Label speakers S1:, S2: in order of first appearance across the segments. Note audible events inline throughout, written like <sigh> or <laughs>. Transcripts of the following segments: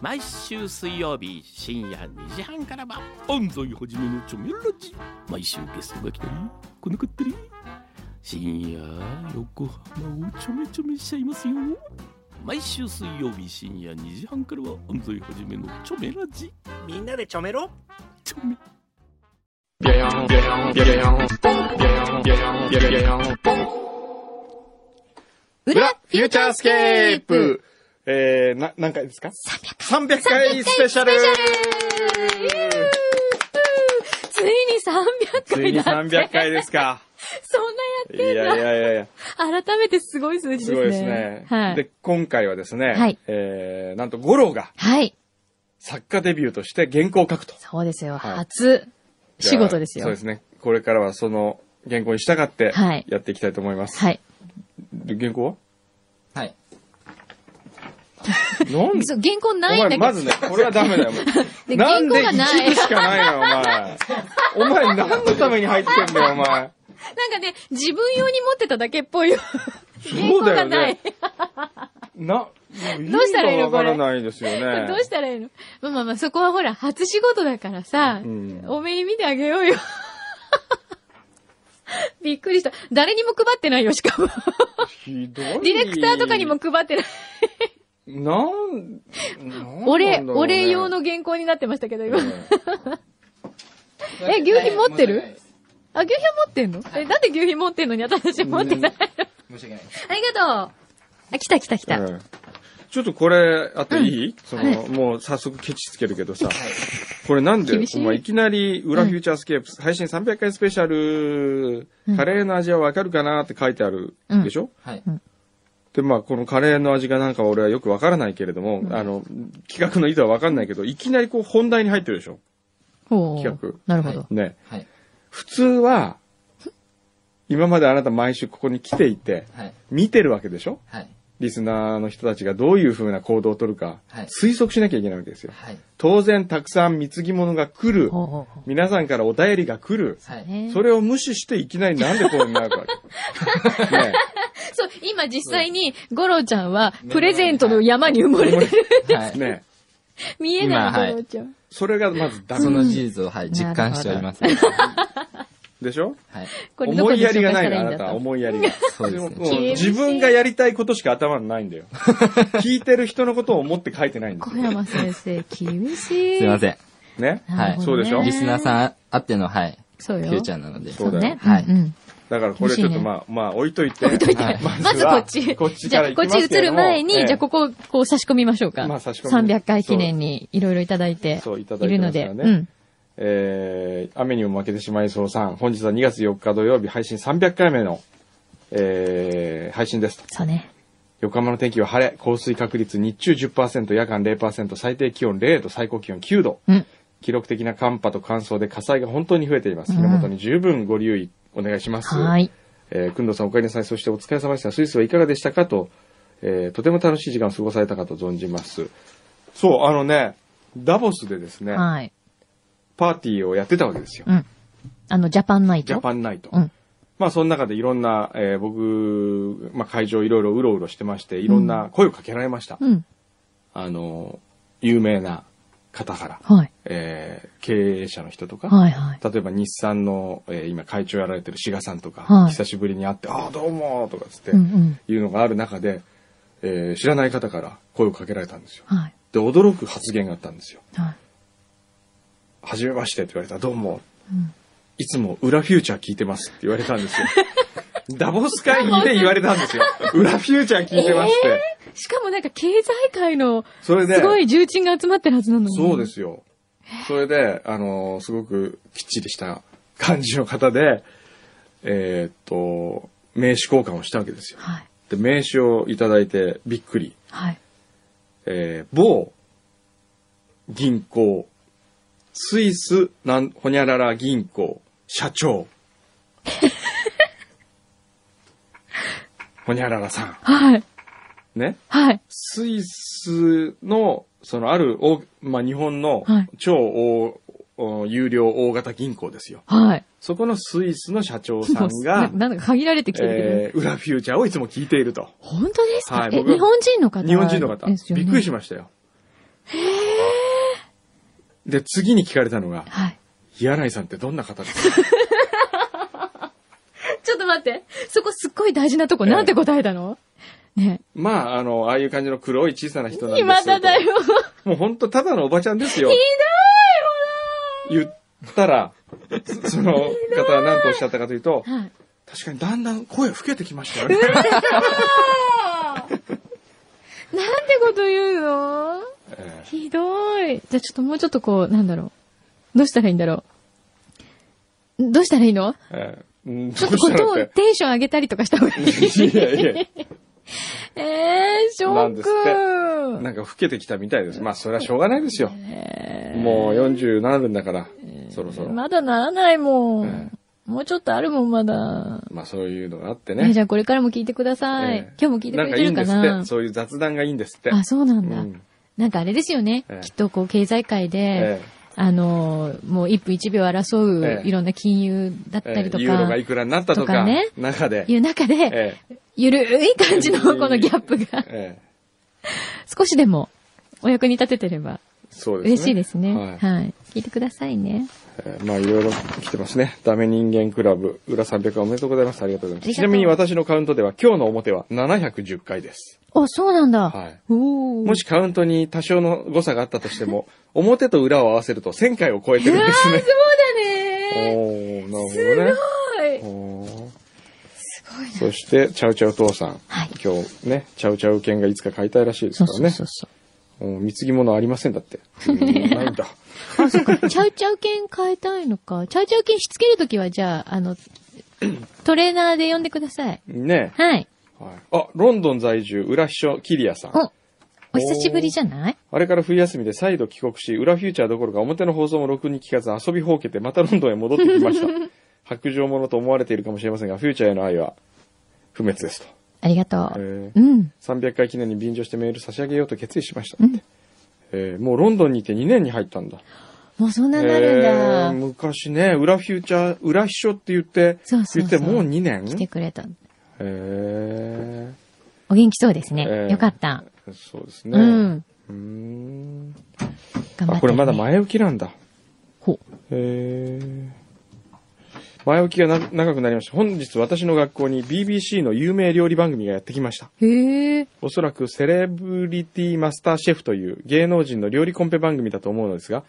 S1: 毎週水曜日深夜2時半からは安西はじめのチョメラジ毎週ゲストが来たり来なかったり深夜横浜をちょめちょめしちゃいますよ毎週水曜日深夜2時半からは安西はじめのチョメラジ
S2: みんなでちょめろ
S1: チョメ
S3: 裏フ
S4: フューチャースケープえー、な、何回ですか ?300 回スペシャル
S3: ついに300
S4: つい
S3: 回だ
S4: に
S3: って。
S4: 300回ですか。
S3: そ
S4: い
S3: んな
S4: やい
S3: やってんだ。
S4: やいやいや、
S3: 改めてすごい数字ですすね。
S4: ごいですね。
S3: はい。
S4: で、今回はですね、
S3: はい
S4: えー、なんと五郎が
S3: はい。
S4: 作家デビューとして原稿を書くと。
S3: そうですよ。
S4: はい
S3: 初仕事ですよ。
S4: そうですね。これからはその原稿に従って
S3: はい
S4: やっていきたいと思います。
S3: はい。
S4: で原稿は
S5: はい。
S4: <laughs> なんで
S3: そう、原稿
S4: お
S3: ないんだ
S4: 前
S3: けど。
S4: まずね、これはダメだよ。お前
S3: <laughs> で
S4: なんで
S3: 原稿がない
S4: 一部しかないのお
S3: <laughs>
S4: 前。お前何のために入ってんだよ、お前。
S3: なんかね、自分用に持ってただけっぽいよ。原
S4: そ
S3: 稿
S4: うだ
S3: が
S4: よ
S3: ない。
S4: ね。な、
S3: どうしたらいいの
S4: 意味がわ
S3: こ
S4: から
S3: れ
S4: ないですよね。
S3: <laughs> どうしたらいいのまあまあまあ、そこはほら、初仕事だからさ、
S4: うん
S3: お目に見てあげよう <laughs> よ。びっくりした。誰にも配ってないよ、しかも。
S4: ひどい。
S3: ディレクターとかにも。配ってない。
S4: なん、なん
S3: お礼、
S4: なんだろうね
S3: お礼用。の原稿になってましたけど、今。
S5: え
S3: 牛皮持ってるあ、牛皮は持ってんのえ、なんで牛皮持ってんのに私持ってない。
S5: 申し訳ない。
S3: ありがとう。あ、来た来た来た。
S4: うんちょっとこれ、あといい、その、
S3: は
S4: もう早速ケチつけるけどさ。これなんで
S3: 厳しい
S4: お前いきなり裏フューチャースケープ、配信300回スペシャル、
S3: うん
S4: カレーの味はわかるかなって書いてあるでしょ、
S5: はい。
S4: で、まあ、このカレーの味がなんか俺はよくわからないけれども、
S3: ん
S4: あの、企画の意図はわかんないけど、いきなりこう本題に入ってるでしょ
S3: ほ
S4: 企画
S3: う。なるほど。
S4: ね。
S5: はい。
S4: 普通は、今まであなた毎週ここに来ていて、
S5: はい。
S4: 見てるわけでしょ
S5: はい。
S4: リスナーの人たちがどういう風な行動をとるか、
S5: はい
S4: 推測しなきゃいけないわけですよ。
S5: はい。
S4: 当然たくさん貢ぎ物が来る。
S3: ほうほうほ
S4: 皆さんからお便りが来る。
S5: は
S3: う。
S5: い。
S3: ね
S4: それを無視していきなりなんでこうなる
S5: <laughs>
S4: か。ね
S3: そう、今実際に、ゴロちゃんは、プレゼントの山に埋もれてる。
S5: はい。
S4: ね
S3: <laughs> 見えない、
S5: 今はい
S3: ゴロちゃん。
S4: それがまず <laughs> ダ
S5: そ
S4: メ
S5: の事実を、はい、実感しております。はい。
S4: でしょ
S3: これど
S4: 思
S3: こ
S4: い
S3: で
S4: やり
S3: 紹
S4: が
S3: 介し
S4: ない
S3: たら
S4: の、
S3: いい
S4: あな
S3: んだ
S4: たは
S3: と。
S4: 思いやりが。
S5: そうで
S4: もう
S5: すね。
S3: 厳しい
S4: 自分がやりたいことしか頭にないんだよ。聞いてる人のことを思って書いてないんだ
S3: 小山先生、厳しい。
S5: すいません。
S4: よ。ね。
S3: なるほどね
S4: はいそうでしょ
S5: リスナーさんあっての、はい。
S3: そう
S5: フ
S3: よ。
S5: ューチャーなので。
S4: そ
S3: そう
S4: だよ
S3: ね。
S5: はい
S3: うんうん
S4: だからこれちょっとまあ、まあ置いといて。置い
S3: といてまずこっち。
S4: こっち
S3: じ
S4: か
S3: ゃ
S4: ら
S3: あ、
S4: 行
S3: こっ
S4: き
S3: ち
S4: ますけ
S3: 映
S4: れ
S3: る
S4: ども
S3: 前
S4: え
S3: に、
S4: え
S3: じゃあ、ここをこう差し込みましょうか。
S4: まあ差し込む
S3: 300回記念にいろいろいただいて
S4: そういただ
S3: い
S4: い
S3: る
S4: て
S3: の
S4: ますか
S3: で。
S4: らね
S3: うん。
S4: えー、雨にも負けてしまいそうさん。本日は2月4日土曜日配信300回目の、えー、配信です。
S3: そうね。
S4: 横浜の天気は晴れ、降水確率日中10%、夜間0%、最低気温0度、最高気温9度。
S3: うん。
S4: 記録的な寒波と乾燥で火災が本当に増えています。
S3: うん
S4: 火の元に十分ご留意お願いします。
S3: はーい。
S4: えー、くんどうさんお帰りなさい。そしてお疲れ様でした。スイスはいかがでしたかと、えー、とても楽しい時間を過ごされたかと存じます。そう、あのね、ダボスでですね、
S3: はい。
S4: パーティーをやってたわけですよ。
S3: うん。あの、ジャパンナイト。
S4: ジャパンナイト。
S3: うん。
S4: まあ、その中でいろんな、えー僕、まあ、会場いろいろうろうろしてまして、いろんな声をかけられました。
S3: うん。
S4: あの、有名な方から、
S3: はい。
S4: えー経営者の人とか、
S3: はいはい。
S4: 例えば日産の、えー今会長やられてる志賀さんとか、
S3: はい
S4: 久しぶりに会って、ああ、どうもとかつって、
S3: うんうん。
S4: いうのがある中で、えー知らない方から声をかけられたんですよ。
S3: はい。
S4: で、驚く発言があったんですよ。
S3: はい。
S4: はじめましてって言われたら、どうも、
S3: うん
S4: いつも裏フューチャー聞いてますって言われたん
S3: <laughs>
S4: ですよ。ダボス会議で言われたんですよ。裏フューチャー聞いてますって。
S3: しかもなんか経済界の
S4: それです
S3: ごい重鎮が集まってるはずなのに。
S4: そうで。すよ。それで、あのーすごくきっちりした感じの方で、えーっと、名刺交換をしたわけですよ。
S3: はい。
S4: で、名刺をいただいてびっくり。
S3: はい。
S4: えー某銀行、スイスなん、ほにゃらら銀行、社長。ほにゃららさ
S3: はい。
S4: ん。ね。
S3: はい。
S4: スイスの、そのある大、まあ、日本の
S3: はい
S4: 超大、お有料大型銀行ですよ。
S3: はい。
S4: そこのスイスの社長さんが
S3: もう、ななんか限られてきてるけど。
S4: えー、裏フューチャーをいつも聞いていると。
S3: 本当ですか、
S4: はい
S3: え、
S4: 僕
S3: 日本人の方
S4: 日本人の方。
S3: ですよね。
S4: びっくりしましたよ。で、次に聞かれたのが、
S3: はい。
S4: 柳井さんってどんな方ですか
S3: ちょっと待って。そこすっごい大事なとこ。なんて答えたのね
S4: まあ、あの、ああいう感じの黒い小さな人なんです
S3: 今
S4: <laughs>
S3: だだよ。
S4: もうほんとただのおばちゃんですよ。ひどいほら言ったら、そその方は何とおっしゃったかというと、
S3: はい。
S4: 確かにだんだん声老けてきましたよね。
S3: <laughs> なんてこと言うの
S4: え
S3: ひどい。じゃあちょっともうちょっとこう、なんだろう。どうしたらいいんだろう。どうしたらいいの
S4: えええうん
S3: ち
S4: ど
S3: ょっと
S4: うした
S3: こと
S4: のっ
S3: を
S4: て。
S3: テンション上げたりとかした方がいい。
S4: いやいや、
S3: えー、ショ
S4: なん
S3: ッ
S4: ですって
S3: ク。
S4: なんか老けてきたみたいです。まあ、それはしょうがないですよ。もう47分だから、そろそろ。
S3: まだならないも
S4: え
S3: ん。もうちょっとあるもん、まだ。
S4: まあ、そういうのがあって
S3: ね、
S4: ね
S3: じ。ゃあこれからも聞いてください。
S4: ええ
S3: 今日も聞いてく
S4: なん
S3: れ
S4: か
S3: て
S4: いい
S3: る
S4: ん
S3: か
S4: です
S3: な
S4: って。そういう雑談がいいんですって。
S3: あ、そうなんだ。
S4: うん
S3: なんかあれですよね。
S4: ええ
S3: きっとこう経済界で、
S4: え
S3: あのー、もう1分1秒
S4: え
S3: 争う
S4: え
S3: いろんな金融だっ
S4: え
S3: たりとか、
S4: ユーロがいくらになったと
S3: とか
S4: か
S3: ね、
S4: 中で。
S3: いう中で、
S4: ええ
S3: ゆるい感じのこのギャッ
S4: <laughs>
S3: プが、
S4: ええ
S3: 少しでもお役に立ててれば
S4: そうですね。
S3: 嬉しいですね。
S4: はい
S3: はい。聞いてくださいね。
S4: えーまあいろいろ来てますね。ダメ人間クラブ、裏300回おめでとうございます。ありがとうござい
S3: あ
S4: ま
S3: り
S4: す。ち
S3: がとう
S4: なみに私のカウントでは今日の表は710回です。
S3: あ、そうなんだ。
S4: はい。
S3: おー
S4: もしカウントに多少の誤差があったとして
S3: <laughs>
S4: も、表と裏を合わせると1000回を超えてるんですね。
S3: そうだ
S4: <laughs>
S3: ね
S4: おー、なる
S3: はい
S4: ほどね。おーそして、チャウチャウ父さん。
S3: はい
S4: 今日ね、チャウチャウ犬がいつか買いたいらしいです
S3: そう
S4: から
S3: そう
S4: ね。
S3: そうそう。
S4: おー貢ぎ物ありませんだって。うんないんだ。
S3: あ、そっか。チャウチャウ犬変えたいのか。チャウチャウ犬しつけるときは、じゃあ、
S4: <clears throat>
S3: あの、トレーナーで呼んでください。
S4: ね
S3: はい。
S4: はい。あ、ロンドン在住、裏秘書、キリアさん。
S3: お、お久しぶりじゃない
S4: あれから冬休みで再度帰国し、裏フューチャーどころか表の放送も録音に聞かず遊びほうけてまたロンドンへ戻ってきました。
S3: <laughs>
S4: 白状者と思われているかもしれませんが、フューチャーへの愛は不滅ですと。
S3: ありがとう。
S4: えー
S3: うん。
S4: 300回記念に便乗してメール差し上げようと決意しましたって。えーもうロンドンにいて2年に入ったんだ。
S3: もうそんなになるん
S4: え
S3: だ。
S4: ー昔ね、裏フューチャー、裏秘書って言って、
S3: そうそう
S4: 言
S3: そう
S4: ってもう2年
S3: 来てくれた。
S4: え
S3: お元気そうですね。
S4: えー
S3: よかった。
S4: ーそうです
S3: う
S4: ね。
S3: ん。
S4: うーん
S3: 頑張って、
S4: あ、
S3: ね。
S4: これまだ前置きなんだ。
S3: ほ
S4: えー前置きがな長くなりました。本日私の学校に BBC の有名料理番組がやってきました。
S3: う。へえ。
S4: おそらくセレブリティマスターシェフという芸能人の料理コンペ番組だと思うのですが、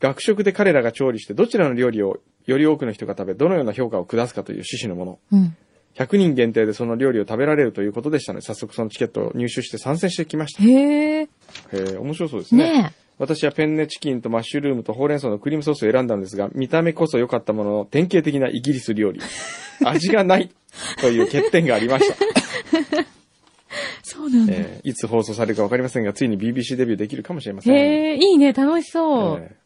S4: 学食で彼らが調理してどちらの料理をより多くの人が食べ、どのような評価を下すかという趣旨のもの。
S3: うん。
S4: 100人限定でその料理を食べられるということでしたので、早速そのチケットを入手して参戦してきました。
S3: へえ。
S4: えー、面白そうですね
S3: ね
S4: 私はペンネチキンとマッシュルームとほうれん草のクリームソースを選んだのですが、見た目こそ良かったものの、典型的なイギリス
S3: <laughs>
S4: 料理。味がないという欠点がありました。
S3: え。そうなんだ。
S4: えーいつ放送されるかわかりませんが、ついに BBC デビューできるかもしれません。
S3: へえ、いいね。楽しそう。
S4: え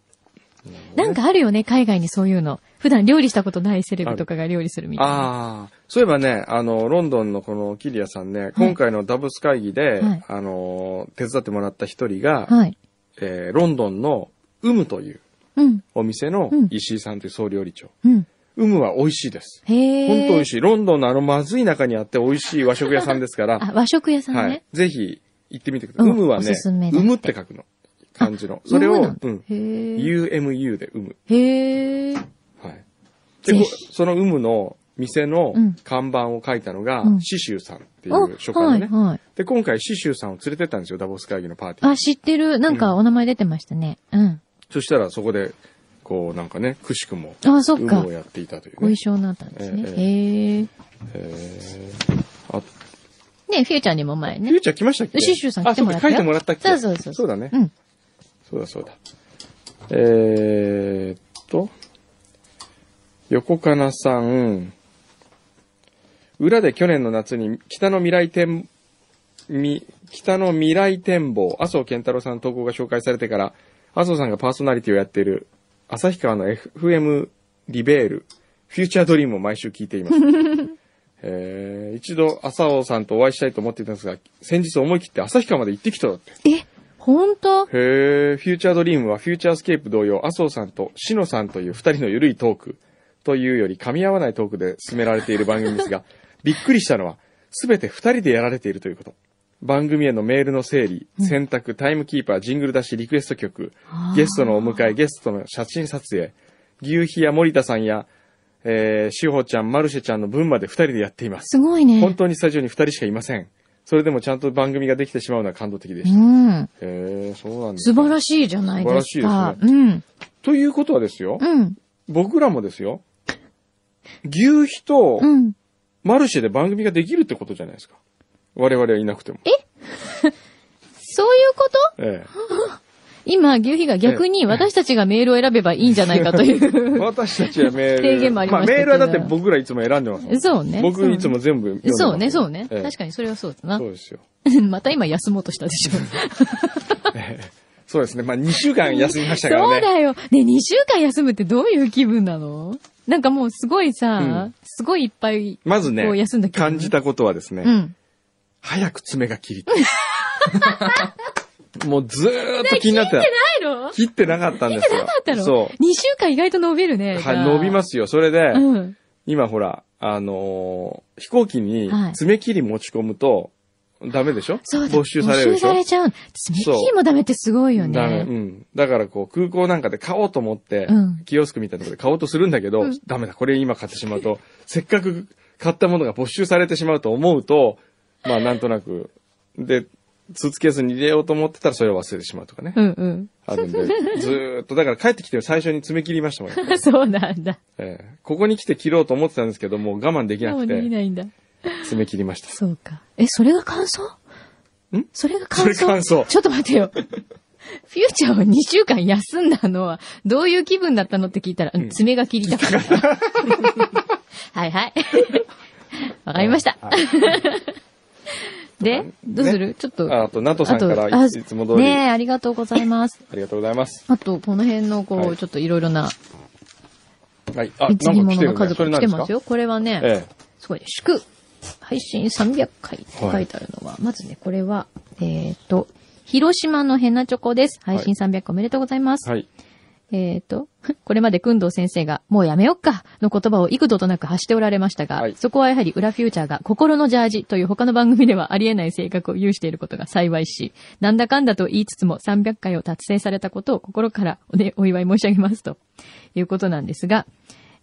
S3: なんかあるよね。海外にそういうの。普段料理したことないセレブとかが料理するみ
S4: ー
S3: たいな。
S4: ああ、そういえばね、あの、ロンドンのこのキリアさんね、今回のダブス会議で、
S3: はい
S4: あの、手伝ってもらった一人が、
S3: はい。
S4: えーロンドンのウムという
S3: うん。
S4: お店の
S3: うん
S4: 石井さんという総料理長。
S3: うん。
S4: ウムは美味しいです。
S3: へえ。
S4: 本当美味
S3: しい。
S4: しい。ロンドンのあのまずい中にあって美味しい和食屋さんですか
S3: あ、
S4: ら、
S3: 和食屋さんね。
S4: はい。ぜひ行ってみてください。
S3: うん
S4: うむはね
S3: おすすめ、だって
S4: うむって書くの。漢字の。それ
S3: そう
S4: を
S3: なん、だ
S4: うん。
S3: へえ。
S4: UMU でうむ。
S3: へえ。
S4: はい。で、
S3: ぜ
S4: こ
S3: ひ
S4: うそのうむの店の
S3: うん
S4: 看板を書いたのが
S3: う、ん
S4: シシューさんってい
S3: あ
S4: う書家のね。
S3: はい、はい。
S4: で、今回シシューさんを連れてったんですよ、ダボス会議のパーティー。
S3: あ、知ってる。なんかお名前出てましたね。うん。
S4: そしたらそこで、こうなんかね、くしくも、
S3: あ、そっ
S4: う
S3: か
S4: むを。やっていたという
S3: ご
S4: ね
S3: 一。緒になったんですね。
S4: ええ
S3: へえ。
S4: へーあ、
S3: ねフューチャーにも前
S4: ゆ
S3: ね
S4: う。ちゃん来ましたっけ
S3: シシューさん来てもらった
S4: あ、そうか書い
S3: よ
S4: てもらったっけ
S3: そうそうそう
S4: そうだね。
S3: うん。
S4: そうだそうだ。えー、っと、横かなさん、裏で去年の夏に北の未来展、み、北の未来展望、麻生健太郎さんの投稿が紹介されてから、麻生さんがパーソナリティをやっている、旭川の FM リベール、フューチャードリームを毎週聞いています。えー、一度麻生さんとお会いしたいと思っていたんですが、先日思い切って旭川まで行ってきただって。
S3: え、ほんと
S4: へえ、フューチャードリームはフューチャースケープ同様、麻生さんと志野さんという二人の緩いトークというより噛み合わないトークで進められている番組ですが、びっくりしたのは、すべて二人でやられているということ。 <laughs> 番組へのメールの整理、選択、タイムキーパー、ジングル出し、リクエスト曲、
S3: あー
S4: ゲストのお迎え、ゲストの写真撮影、牛皮や森田さんや、えー、しほちゃん、マルシェちゃんの分まで二人でやっています。
S3: すごいね。
S4: 本当にスタジオに二人しかいません。それでもちゃんと番組ができてしまうのは感動的でした。
S3: うん。
S4: へーそうなんです
S3: 素晴らしいじゃないですか。
S4: 素晴らしい
S3: うん。
S4: ということはですよ、
S3: うん。
S4: 僕らもですよ、牛皮と
S3: うん。
S4: マルシェで番組ができるってことじゃないですか。我々はいなくても。
S3: そういうこと
S4: え
S3: 今、牛皮が逆に私たちがメールを選べばいいんじゃないかとい
S4: え、
S3: う。
S4: 私たちは
S3: <laughs>
S4: メール。
S3: 提言もありましたけど
S4: あメールはだって僕らいつも選んでますもん。
S3: そうね。
S4: 僕
S3: そう
S4: いつも全部読んでます
S3: そうね、そうね。
S4: ええ
S3: 確かにそれはそうだな
S4: そ。うですよ。
S3: <laughs> また今休もうとしたでしょ。
S4: そうですね。まあ、2週間休みましたからね。
S3: <laughs> そうだよ。ね、2週間休むってどういう気分なのなんかもうすごいさ、すごいいっぱい。
S4: まず
S3: こう
S4: ね
S3: 休んだ、気分
S4: 感じたことはですね、
S3: うん。
S4: 早く爪が切りた <laughs> い。もうずーっと気になってた。
S3: ないの
S4: 切ってなかったんですよ。
S3: だったの
S4: そ
S3: ?2 週間意外と伸びるね。。
S4: う。はい、伸びますすよ。それで、
S3: うん。
S4: 今ほら、あのー飛行機に
S3: はい
S4: 爪切り持ち込むと、ダメでしょ
S3: そうだ。
S4: 没収されるでしょ
S3: 募集されちゃう。爪切りもダメってすごいよね。
S4: ダメ。うん。だからこう、空港なんかで買おうと思って、
S3: うん
S4: キオスクみたいなところで買おうとするんだけど、ダメだ、これ今買ってしまうと、せっかく買ったものが没収されてしまうと思うと、まあなんとなく、で、スーツケースに入れようと思ってたらそれを忘れてしまうとかね。
S3: うんうん。
S4: あるんで、ずーっと、だから帰ってきて最初に爪切りましたもん、ね
S3: そうなん <laughs> だ。
S4: ええここに来て切ろうと思ってたんですけど、もう我慢できな
S3: もう
S4: く
S3: でき
S4: て、
S3: ないんだ。
S4: 爪切りました。
S3: そうか。え、それが感想
S4: ん
S3: それが感想
S4: それ感想
S3: ちょっと待っ
S4: <laughs>
S3: てよ。フューチャーを2週間休んだのは、どういう気分だったのって聞いたら、うん爪が切りたか
S4: <laughs>
S3: った。はいはい。 <laughs> わかりました。
S4: はい
S3: で、どうする、ちょっと。
S4: ああと、ナトさんからい
S3: あ
S4: いつも通り、
S3: ねえ、ありがとうございます。
S4: ありがとうございます。
S3: あと、この辺の、こう、
S4: はい
S3: ちょっといろいろな、
S4: はい。あ、なんか
S3: 貢ぎ
S4: 来
S3: 物
S4: てるね。それ
S3: の家族来
S4: 何
S3: て
S4: ですか
S3: ますよ。これはね、
S4: ええ。
S3: すごいね。祝、配信300回って書いてあるのは、まずね、これは、えっ、と、広島のヘナチョコです。配信300おめでとうございます。
S4: はい。
S3: えっ、と、 <laughs> これまでくんどう先生が、もうやめよっか、の言葉を幾度となく発しておられましたが、
S4: はい
S3: そこはやはり裏フューチャーが心のジャージという他の番組ではありえない性格を有していることが幸いし、なんだかんだと言いつつも300回を達成されたことを心からお,、ね、お祝い申し上げますということなんですが、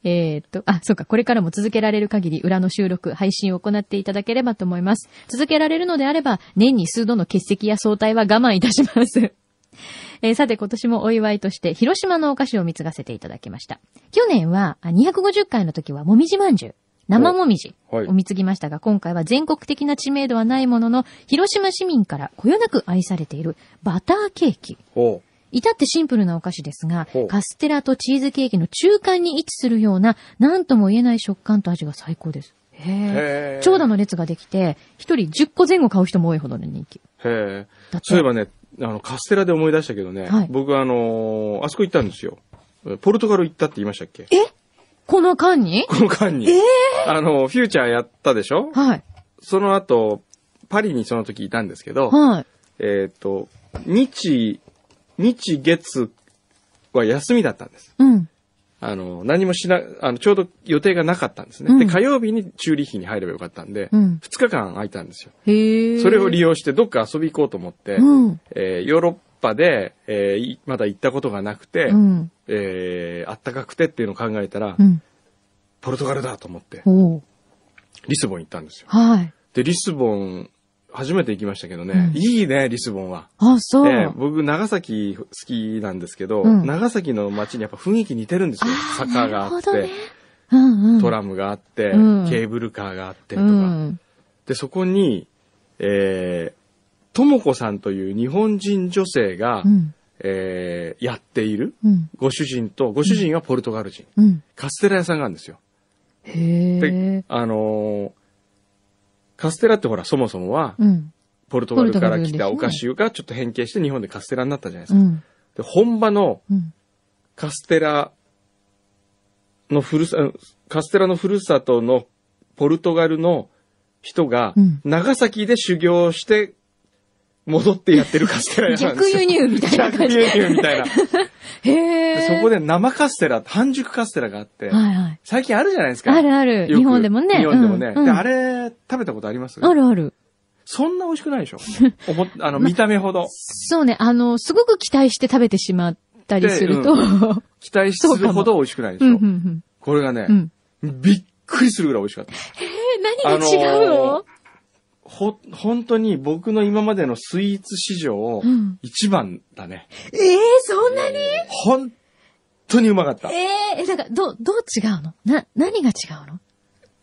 S3: えーっと、あ、そうか、これからも続けられる限り裏の収録、配信を行っていただければと思います。続けられるのであれば、年に数度の欠席や早退は我慢いたします。えーさて今年もお祝いとして広島のお菓子を貢がせていただきました。去年はあ250回の時はもみじまんじゅう、生もみじ
S4: はい
S3: を貢ぎましたが、今回は全国的な知名度はないものの、広島市民からこよなく愛されているバターケーキ。
S4: ほ
S3: 至ってシンプルなお菓子ですが
S4: ほう、
S3: カステラとチーズケーキの中間に位置するような、なんとも言えない食感と味が最高です。
S4: う。
S3: へえ。
S4: へえ。
S3: 長蛇の列ができて、一人10個前後買う人も多いほどの人気。
S4: へえ。
S3: だって
S4: そういえばね、あの、カステラで思い出したけどね、
S3: はい
S4: 僕あのーあそこ行ったんですよ。ポルトガル行ったって言いましたっけ
S3: この間に
S4: この間に。あの、フューチャーやったでしょ
S3: はい。
S4: その後、パリにその時いたんですけど、
S3: はい。
S4: えっ、と、日、日月は休みだったんです。
S3: うん。
S4: あの、何もしな、あの、ちょうど予定がなかったんですね。
S3: うん
S4: で、火曜日に中理費に入ればよかったんで、
S3: う
S4: 二
S3: ん
S4: 2日間空いたんですよ。
S3: へえ。
S4: それを利
S3: 用
S4: 用してどっか遊び行こうと思って、
S3: うん。
S4: えーヨーロッパで、えーいまだ行ったことがなくて、
S3: うん。
S4: えーあったかくてっていうのを考えたら、
S3: うん。
S4: ポルトガルだと思って、
S3: おう
S4: リスボン行ったんですよ。
S3: はい。
S4: で、リスボン、初めて行きましたけどね、
S3: うん
S4: いいね、リスボンは。
S3: あ、そう。
S4: で僕、長崎好きなんですけど、
S3: うん
S4: 長崎の街にやっぱ雰囲気似てるんですよ。
S3: あー、
S4: 坂があ
S3: なるほ
S4: っ
S3: ど
S4: て、
S3: ね。うんうん。
S4: ト
S3: ン
S4: ラムがあって、
S3: うん
S4: ケーブルカーがあってと
S3: う
S4: か。
S3: ん。
S4: で、そこに、えー、ともこさんという日本人女性が、
S3: うん。
S4: えーやっている、
S3: うん。
S4: ご主人と、ご主人はポルトガル人。
S3: うん。
S4: カステラ屋さんがあるんですよ。
S3: へ
S4: で
S3: え。、
S4: あのーカステラってほら、そもそもは、
S3: うん。
S4: ポルトガルから
S3: ポ
S4: 来
S3: ルトガ
S4: たお
S3: ルですね
S4: 菓子がちょっと変形して日本でカステラになったじゃないです
S3: う
S4: か。
S3: ん。
S4: で、本場の
S3: うん。
S4: カステラのふるさ、カステラのふるさとのポルトガルの人が
S3: うん、
S4: 長崎で修行して戻ってやってるカステラ屋なんで
S3: 逆
S4: すよ。
S3: 輸入みたいな
S4: 逆
S3: 感じ。
S4: 輸入みたいな。
S3: へ
S4: で
S3: え。
S4: そこで生カステラ、半熟カステラがあって、
S3: はいはい。
S4: 最近あるじゃないですか。
S3: あるある。
S4: よく
S3: 日本でもね。
S4: 日本でもね。
S3: うん
S4: で、
S3: うん
S4: あれ、食べたことあります
S3: あるある。
S4: そんな美味しくないでしょお
S3: <laughs>
S4: もあの、見た目ほど。
S3: そうね、あの、すごく期待して食べてしまったりすると、
S4: う
S3: うん、
S4: 期待するほど美味しくないでし
S3: うん、
S4: ょ
S3: う。ん。
S4: これがね
S3: う、ん。
S4: びっくりするぐらい美味しかった。
S3: え、何が違うの、
S4: あのほ、本当に僕の今までのスイーツ史上
S3: うん、
S4: 一番だね。
S3: えー、そんなに
S4: 本当にうまかった。え
S3: えー、え、だから、ど、どう違うのな、何が違うの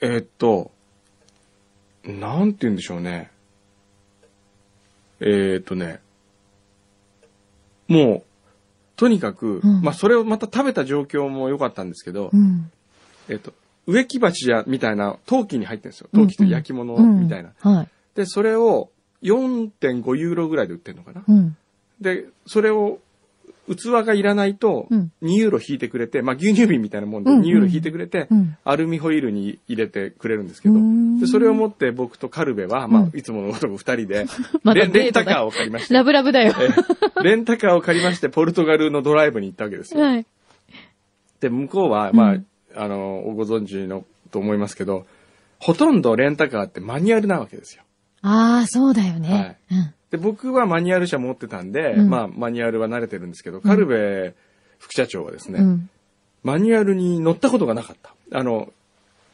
S4: ーっと、なんて言うんでしょうね。えーっとね、もう、とにかく、
S3: うん
S4: まあ、それをまた食べた状況も良かったんですけど、
S3: うん。
S4: えーっと、植木鉢や、みたいな、陶器に入ってるんですよ。陶器と焼き物
S3: うん
S4: みたいな。。
S3: はい。
S4: で、それを4.5ユーロぐらいで売ってるのかな。
S3: うん。
S4: で、それを、器がいらないと
S3: うん、
S4: 2ユーロ引いてくれて、まあ牛乳瓶みたいなもんで
S3: うん
S4: 2ユーロ引いてくれて
S3: う、ん。
S4: アルミホイルに入れてくれるんですけど
S3: うー、ん
S4: でそれを持って僕とカルベは、ま
S3: うん
S4: あいつものごとく2人で
S3: <laughs> ま、た
S4: レンレ
S3: デー
S4: ン
S3: トだ
S4: タカーを借りました。
S3: ラブラブだよ。
S4: ええレンタカーを借りまして、ポルトガルのドライブに行ったわけですよ。
S3: はい。
S4: で、向こうは、ま
S3: う
S4: あ
S3: ん、
S4: あの、ご存知のと思いますけど、ほとんどレンタカーってマニュアルなわけですよ。
S3: ああ、そうだよね。
S4: で、僕はマニュアル車持ってたんで、
S3: うん
S4: まあ、マニュアルは慣れてるんですけど、カルベ副社長はです
S3: う
S4: ね、
S3: ん。うん。
S4: マニュアルに乗ったことがなかった。あの、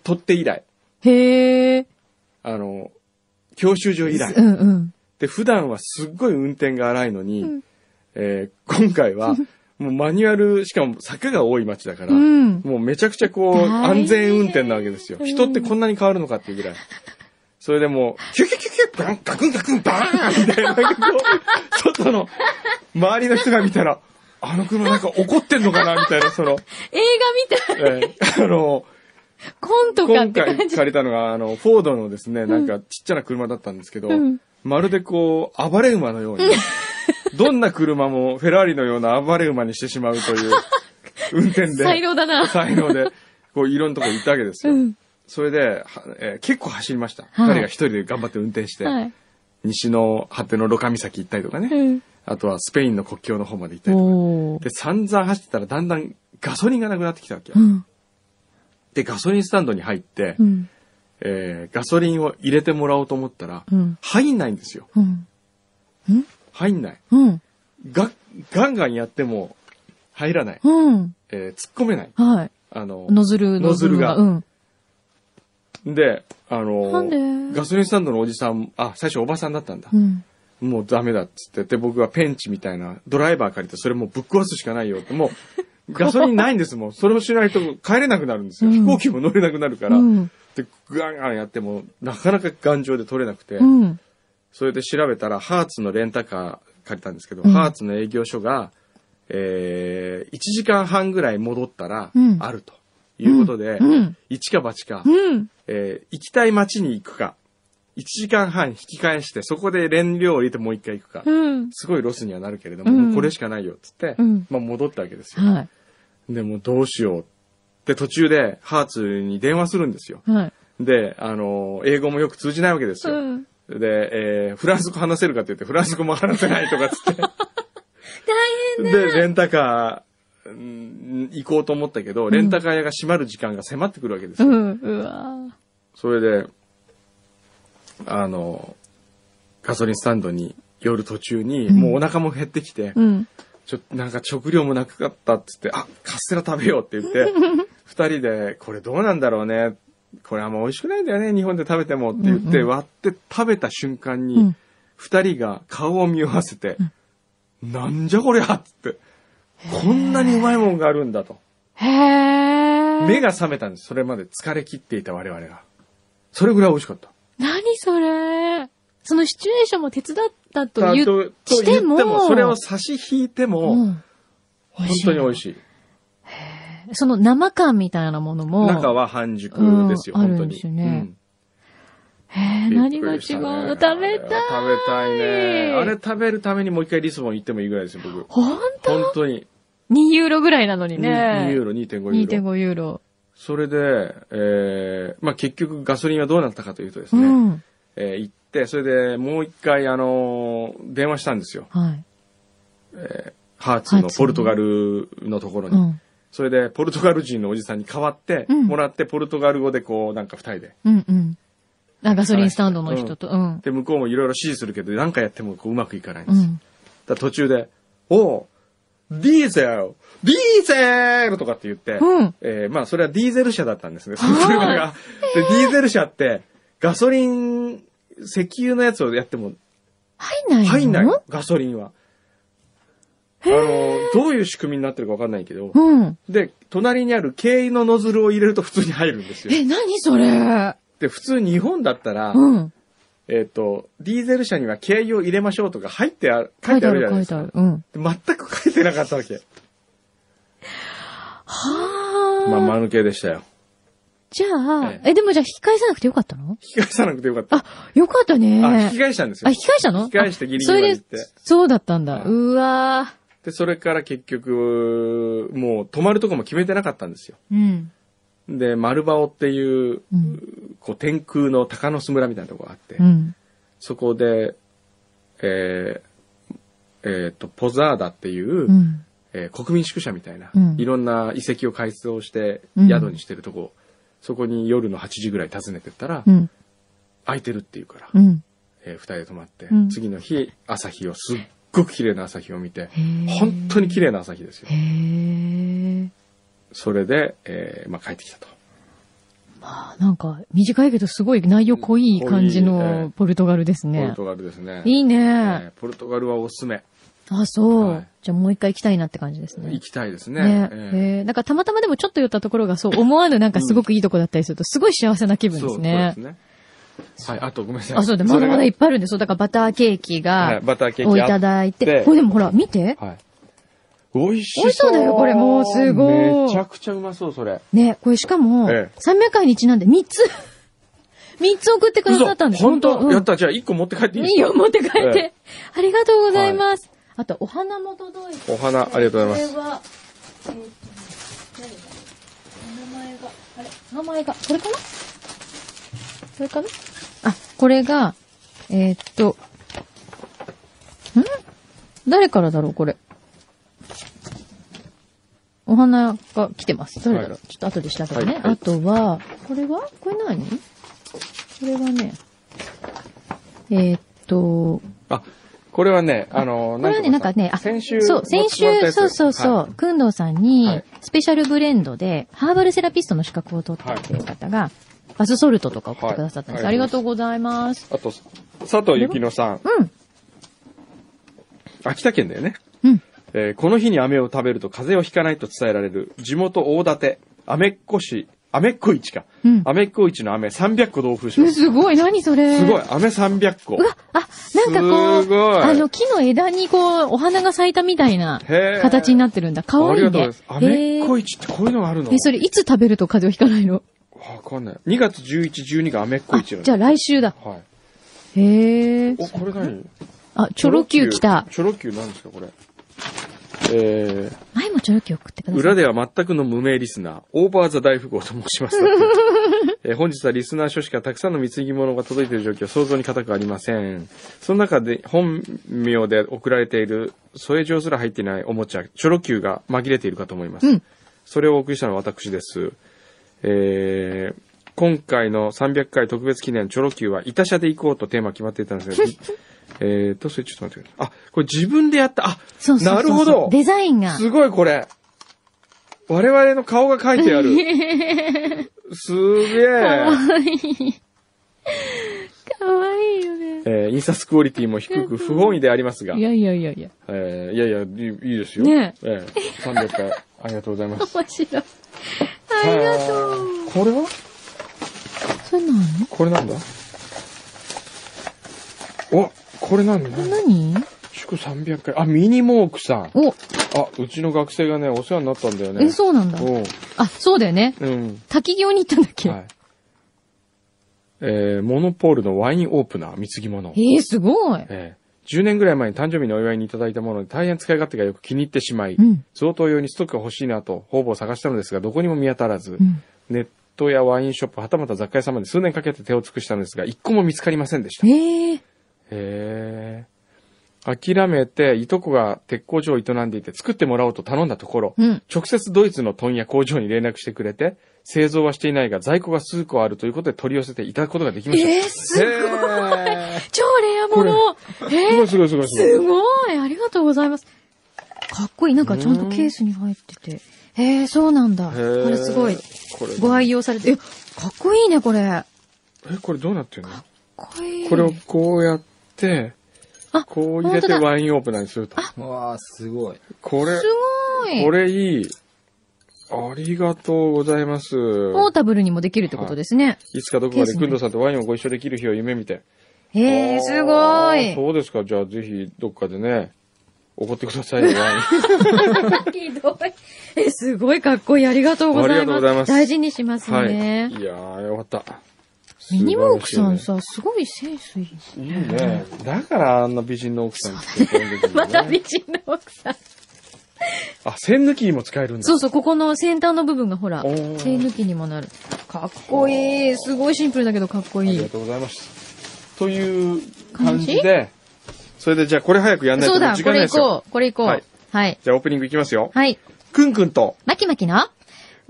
S4: 取って以来、
S3: へえ。
S4: あの、教習所以来
S3: う。んうん。
S4: で、普段はすっごい運転が荒いのに、
S3: うん
S4: えー今回
S3: <laughs>
S4: は、もうマニュアル、しかも坂が多い街だから、
S3: うん。
S4: もうめちゃくちゃこう、
S3: 大変
S4: 安全運転なわけですよ。
S3: うん
S4: 人ってこんなに変わるのかっていうぐらい。それでもう、キュキュキュキュバン、ガクンガクン、バーンみたいな、なんかこう外の、周りの人が見たら、あの車なんか怒ってんのかなみたいな、その、
S3: 映画みたい。
S4: えーあの、
S3: コントかっ
S4: 今
S3: て
S4: 回
S3: 感じ。
S4: 借りたのが、あの、フォードのですね、なんかちっちゃな車だったんですけど、
S3: うん
S4: まるでこう、暴れ馬のように、どんな車もフェラーリのような暴れ馬にしてしまうと
S3: <laughs>
S4: いう、運転で。
S3: 才能だな。
S4: 才能で、こういろんなとこ行ったわけですよ。
S3: うん
S4: それで、はえー結構走りました。
S3: はい
S4: 彼が一人で頑張って運転して、
S3: はい。
S4: 西の果てのロカ岬行ったりとかね、
S3: うん。
S4: あとはスペインの国境の方まで行ったりとか。
S3: おー
S4: で、散々走ってたらだんだんガソリンがなくなってきたわけ。
S3: うん。
S4: で、ガソリンスタンドに入って、
S3: うん。
S4: えーガソリンを入れてもらおうと思ったら、
S3: うん。
S4: 入んないんですよ。
S3: うん。
S4: 入んない。
S3: うん。
S4: が、ガンガンやっても入らない。
S3: うん。
S4: えー突っ込めない。
S3: はい。
S4: あの、
S3: ノズル、
S4: ノズルが
S3: うん。
S4: で、あの、
S3: なんで
S4: ガソリンスタンドのおじさん、あ、最初おばさんだったんだ
S3: う。ん。
S4: もうダメだっつって、で、僕はペンチみたいな、ドライバー借りて、それもうぶっ壊すしかないよって、
S3: <laughs>
S4: もう、ガソリンないんですもん。それをしないと帰れなくなるんですよ。
S3: うん
S4: 飛行機も乗れなくなるから。
S3: うん。
S4: で、ガンガンやっても、なかなか頑丈で取れなくて、
S3: うん。
S4: それで調べたら、ハーツのレンタカー借りたんですけど、
S3: うん
S4: ハーツの営業所が、えー、1時間半ぐらい戻ったら
S3: うん、
S4: あるということで、
S3: うん。
S4: 一か八か、
S3: うん。
S4: えー行きたい町に行くか、1時間半引き返して、そこで燃料を入れてもう一回行くか、
S3: うん。
S4: すごいロスにはなるけれども、
S3: うん
S4: もうこれしかないよっつって、
S3: うん
S4: まあ戻ったわけですよ。
S3: は
S4: で、もうどうしよう。で、途中でハーツに電話するんですよ。
S3: い。はい。
S4: で、あのー英語もよく通じないわけですよ。
S3: うん。
S4: で、えーフランス語話せるかって言って、フランス語も話せないとかっつ
S3: <laughs>
S4: って。
S3: 大
S4: で、レンタカー、うん行こうと思ったけど、レンタカー屋が閉まる時間が迫ってくるわけですよ。
S3: うん。うわ
S4: それで、あの、ガソリンスタンドに夜途中に、
S3: ん
S4: もうお腹も減ってきて、
S3: うん。
S4: ちょっとなんか食料もなくなったっつって、あ、カステラ食べようって言
S3: <laughs>
S4: って、二人で、これどうなんだろうね。これあんま美味しくないんだよね、日本で食べてもって言っ
S3: うんう
S4: て、
S3: ん
S4: 割って食べた瞬間
S3: う
S4: に
S3: ん、
S4: 二人が顔を見合わせて、なんじゃこりゃっつって、こんなにうまいもんがあるんだと。
S3: へえ。
S4: 目が覚めたんです。それまで疲れ切っていた我々が。それぐらい美味しかった。
S3: 何それそのシチュエーションも手伝ったと言
S4: と
S3: う
S4: と
S3: しても、
S4: それを差し引いても、
S3: うん
S4: 本当に美味しい。
S3: その生感みたいなものも、
S4: 中は半熟ですよ、
S3: うん
S4: 本当
S3: あるん
S4: に。
S3: ですよね
S4: う
S3: へー
S4: ん
S3: 何が
S4: び
S3: 違う
S4: っくりしたね
S3: の食べた
S4: 食べ
S3: い。
S4: たいね。あれ食べるためにもう一回リスボン行ってもいいぐらいですよ、僕。
S3: 本当
S4: 本当に。
S3: ?2 ユーロぐらいなのにね。
S4: 2ユーロ、2.5ユーロ。
S3: 2.5ユーロ。
S4: それで、えー、まあ結局ガソリンはどうなったかというとです
S3: う
S4: ね、
S3: ん。
S4: えー行って、それでもう一回、あのー電話したんですよ。
S3: はい。
S4: ハーツ
S3: ハー
S4: の
S3: ツ
S4: ポルトガルのところ
S3: う
S4: に。
S3: ん。
S4: それで、ポルトガル人のおじさんに代わって、
S3: うん
S4: もらって、ポルトガル語でこう、なんか二人で、
S3: うんうん。あ、ガソリンスタンドの人と、うん。
S4: で、向こうもいろいろ指示するけど、何回やってもこううまくいかないんで
S3: う
S4: すよ。
S3: ん。
S4: だから途中で、おうディーゼルディーゼルとかって言って、
S3: うん
S4: えーまあそれはディーゼル車だったんですね、その車が。で、ディーゼル車って、ガソリン、石油のやつをやっても
S3: 入んないの
S4: 入んないの、ガソリンは。あの、どういう仕組みになってるかわかんないけど、
S3: うん。
S4: で、隣にある軽油のノズルを入れると普通に入るんですよ。
S3: え、何それ
S4: で、普通日本だったら、
S3: うん。
S4: えっ、と、ディーゼル車には軽油を入れましょうとか入ってある、書
S3: 書
S4: いて
S3: いて
S4: あ
S3: あ
S4: るじ
S3: る
S4: ゃない
S3: 書
S4: で
S3: い
S4: す
S3: て
S4: か。
S3: ある。うん。
S4: 全く書いてなかったわけ。
S3: はあ。
S4: まあ、間抜けでしたよ。
S3: じゃあ
S4: え、
S3: え、でもじゃあ引き返さなくてよかったの
S4: 引き返さなくてよかった。
S3: あ、よかったね。
S4: あ、引き返したんです
S3: あ、
S4: よ
S3: 引。き返したの
S4: 引き返してギリギリ
S3: あそれ
S4: まで行って
S3: でそうだったんだ。うわ
S4: で、それから結局、もう泊まるとこも決めてなかったんですよ。
S3: ーうん。
S4: で、丸バオっていう、
S3: うん。
S4: こう、天空の鷹の巣村みたいなとこがあって、
S3: うん。
S4: そこで、えー、えーと、ポザーダっていう、
S3: うん。
S4: えー国民宿舎みたいな、
S3: うん
S4: いろんな遺跡を改装して、
S3: うん
S4: 宿にしてるとこ、そこに夜の8時ぐらい訪ねてったら、
S3: うん。
S4: 空いてるっていうから、
S3: うん。
S4: えー二人で泊まって、
S3: うん
S4: 次の日、朝日を、すっごく綺麗な朝日を見て、
S3: へー
S4: 本当に綺麗な朝日ですよ。
S3: へえ。
S4: それで、えーまあ、帰ってきたと。
S3: あなんか、短いけどすごい内容濃い感じ
S4: 濃いええ
S3: のポルトガルです
S4: ポ
S3: ね
S4: ル。トガルですね。
S3: いい
S4: え
S3: ね
S4: ー。ポルトガルはおすすめ。
S3: あ、そう。
S4: はい
S3: じゃあもう一回行きたいなって感じですね。
S4: 行きたいですね。
S3: ね
S4: え
S3: え
S4: ー
S3: えなんかたまたまでもちょっと寄ったところがそう思わぬなんかすごくいいとこだったりすると、すごい幸せな気分
S4: そう
S3: です
S4: そうで
S3: ね
S4: す。ね。はい、あとごめんなさい。
S3: あ、そうだ、まだまだいっ
S4: い
S3: ぱいあるんで、そう、だからバターケーキが、
S4: バターケーキ
S3: をい
S4: あって
S3: ただいて
S4: で、
S3: これでもほら、見て。
S4: はい。美味しそう。
S3: 美味しそうだよこれもうすごい
S4: めちゃくちゃうまそう、それ。
S3: ね、これしかも、
S4: ええ
S3: 300回にちなんで3つ、3つ送ってくださったんです。
S4: 嘘本当、
S3: うん
S4: やった。じゃあ1個持って帰っていい
S3: いいよ、持って帰って。
S4: え
S3: ありがとうございます。あと、お花も届いて。
S4: お花ありがとうございます
S3: これは、えーとね、誰だお名前が、あれ、名前が、これかなこれかなあ、これが、えーっと、ん誰からだろう、これ。お花が来てます。誰だろう、
S4: はい
S3: ちょっと後で調べてね。
S4: はいはい
S3: あとは、これはこれ何これはね、えーっと、
S4: あ、これはね、あの、
S3: これはね、なんかね、あ、
S4: 先週、
S3: そう、先
S4: もらった
S3: 週、
S4: やつ
S3: そうそうそ
S4: は
S3: う、くんどうさんに
S4: い、
S3: スペシャルブレンドで、ハーバルセラピストの資格を取ったっていう方が、バスソルトとか送ってくださったんです。
S4: はい
S3: ありがとうございます。
S4: いあと、佐藤幸乃さん。
S3: うん。
S4: 秋田県だよね。
S3: うん。
S4: えーこの日に飴を食べると風邪をひかないと伝えられる、地元大館、アメッコ市、アメッコ市か。
S3: うん
S4: アメッコ市の飴300個同封しま
S3: え
S4: す。
S3: すごい、何それ。
S4: すごい、。飴300個。
S3: うわ、あ、なんかこ
S4: すご
S3: う、
S4: い
S3: あの、木の枝にこう、お花が咲いたみたいな
S4: へー
S3: 形になってるんだ。かわ
S4: あ
S3: い
S4: り
S3: い
S4: がとう
S3: ね
S4: ございます。。アメ
S3: へ
S4: ッコ
S3: ー
S4: 市ってこういうのがあるの
S3: え、それいつ食べると風邪をひかないの
S4: わかんない。2月11、12がアメッコ
S3: あ、
S4: 市なんだ
S3: じゃあ来週だ。
S4: はい。
S3: へえ。
S4: お、これ何
S3: あ、チョロ Q 来た。
S4: チョロ Q なんですか、これ。え
S3: 前もチョロ Q 送ってく
S4: ー、
S3: ださ
S4: <laughs>
S3: い。
S4: 裏では全くの無名リスナー、オーバーザ大富豪と申し
S3: <laughs>
S4: ます。えー本日はリスナー書しかたくさんの貢ぎ物が届いている状況、想像に難くありません。その中で本名で送られている、添え状すら入っていないおもちゃ、チョロ Q が紛れているかと思います。
S3: うん
S4: それをお送りしたのは私です。えー今回の300回特別記念チョロ Q は、イタ社で行こうとテーマ決まっていたんですけ
S3: <laughs>
S4: ど、えーと、それちょっと待ってください。あ、これ自分でやった。あ、
S3: そうそうそうそう。
S4: なるほど
S3: デザインが。
S4: すごいこれ。我々の顔が書いて
S3: <laughs>
S4: ある。すげえ。
S3: かわいいよね。
S4: えー印刷クオリティも低く不本意でありますが
S3: い、やいやいやいや。
S4: えーいやいや、いいいいですよ。
S3: ね
S4: ええ300回、ありがとうございます。
S3: 面白い。 <laughs> ありがとう。
S4: えーこれは
S3: それなの
S4: これなんだおこれなんだ
S3: これ何
S4: 祝300回。あ、ミニモークさん。あ、
S3: お、
S4: うちの学生がね、お世話になったんだよね。
S3: え、そうなんだ。
S4: うん。
S3: あ、そうだよね。
S4: うん。
S3: 滝行に行ったんだっけ、
S4: はい。えーモノポールのワインオープナー、貢ぎ物。
S3: えー、すごい。
S4: えー10年ぐらい前に誕生日のお祝いにいただいたもので大変使い勝手がよく気に入ってしまい、
S3: うん
S4: 贈答用にストックが欲しいなと方々探したのですが、どこにも見当たらず、
S3: うん。
S4: ネットやワインショップ、はたまた雑貨屋様で数年かけて手を尽くしたのですが、一個も見つかりませんでした。へ
S3: えー、
S4: え。諦めて、いとこが鉄工所を営んでいて作ってもらおうと頼んだところ、
S3: うん。
S4: 直接ドイツの問屋工場に連絡してくれて、製造はしていないが在庫が数個あるということで取り寄せていただくことができました。
S3: えーすごい
S4: へー
S3: 超レアもの
S4: す
S3: え
S4: ご
S3: ー
S4: いすごいすごいすごい。
S3: すごいありがとうございます。かっこいい。なんかちゃんとケースに入ってて。えー、そうなんだ。あ
S4: へー
S3: れすごい。。
S4: これ
S3: ご愛用されて。え、かっこいいね、これ。か
S4: え、これどうなってるの
S3: っこいい。
S4: これをこうやって、
S3: あ
S4: こう入れ
S3: 本
S4: て
S3: 当だ
S4: ワインオープナーにすると。
S5: うわー、すごい。
S4: これ
S3: す、ごい。
S4: これいい。ありがとうございます。
S3: ポータブルにもできるってことですね。
S4: いつかどこか
S3: ケー
S4: で
S3: スに
S4: くんどさんとワインをご一緒できる日を夢見て。
S3: えー、す
S4: あ
S3: ご
S4: ー
S3: い。
S4: そうですか。じゃあぜひどっかでね、おごってくださいよ、ワイン。
S3: ひどい。え、すごいかっこいい。ありがとうございます。
S4: ありがとうございます
S3: 大事にします
S4: はい。
S3: ね。
S4: いやー、よかった。
S3: ミニウォークさん
S4: 素
S3: さ、すごいセンスいい。
S4: 晴らしいね。いいね。だからあんな美人の奥さんって言ってるんだ
S3: <laughs> ま
S4: けど
S3: た
S4: ね。
S3: 美人の奥さん。
S4: あ、線抜きも使えるんだ。
S3: そうそう、ここの先端の部分がほら、
S4: おー
S3: 手抜きにもなる。かっこいい。すごいシンプルだけどかっこ
S4: あ
S3: い
S4: りが
S3: い。
S4: とうございました。という感じで、それでじゃあこれ早くやんない
S3: そ
S4: と
S3: うだ、
S4: 時
S3: こ
S4: 間ないで
S3: れい
S4: すよ。
S3: こう。これいこう。
S4: は
S3: はいい。はい。
S4: じゃあオープニングいきますよ。くんくんと、
S3: マキマキの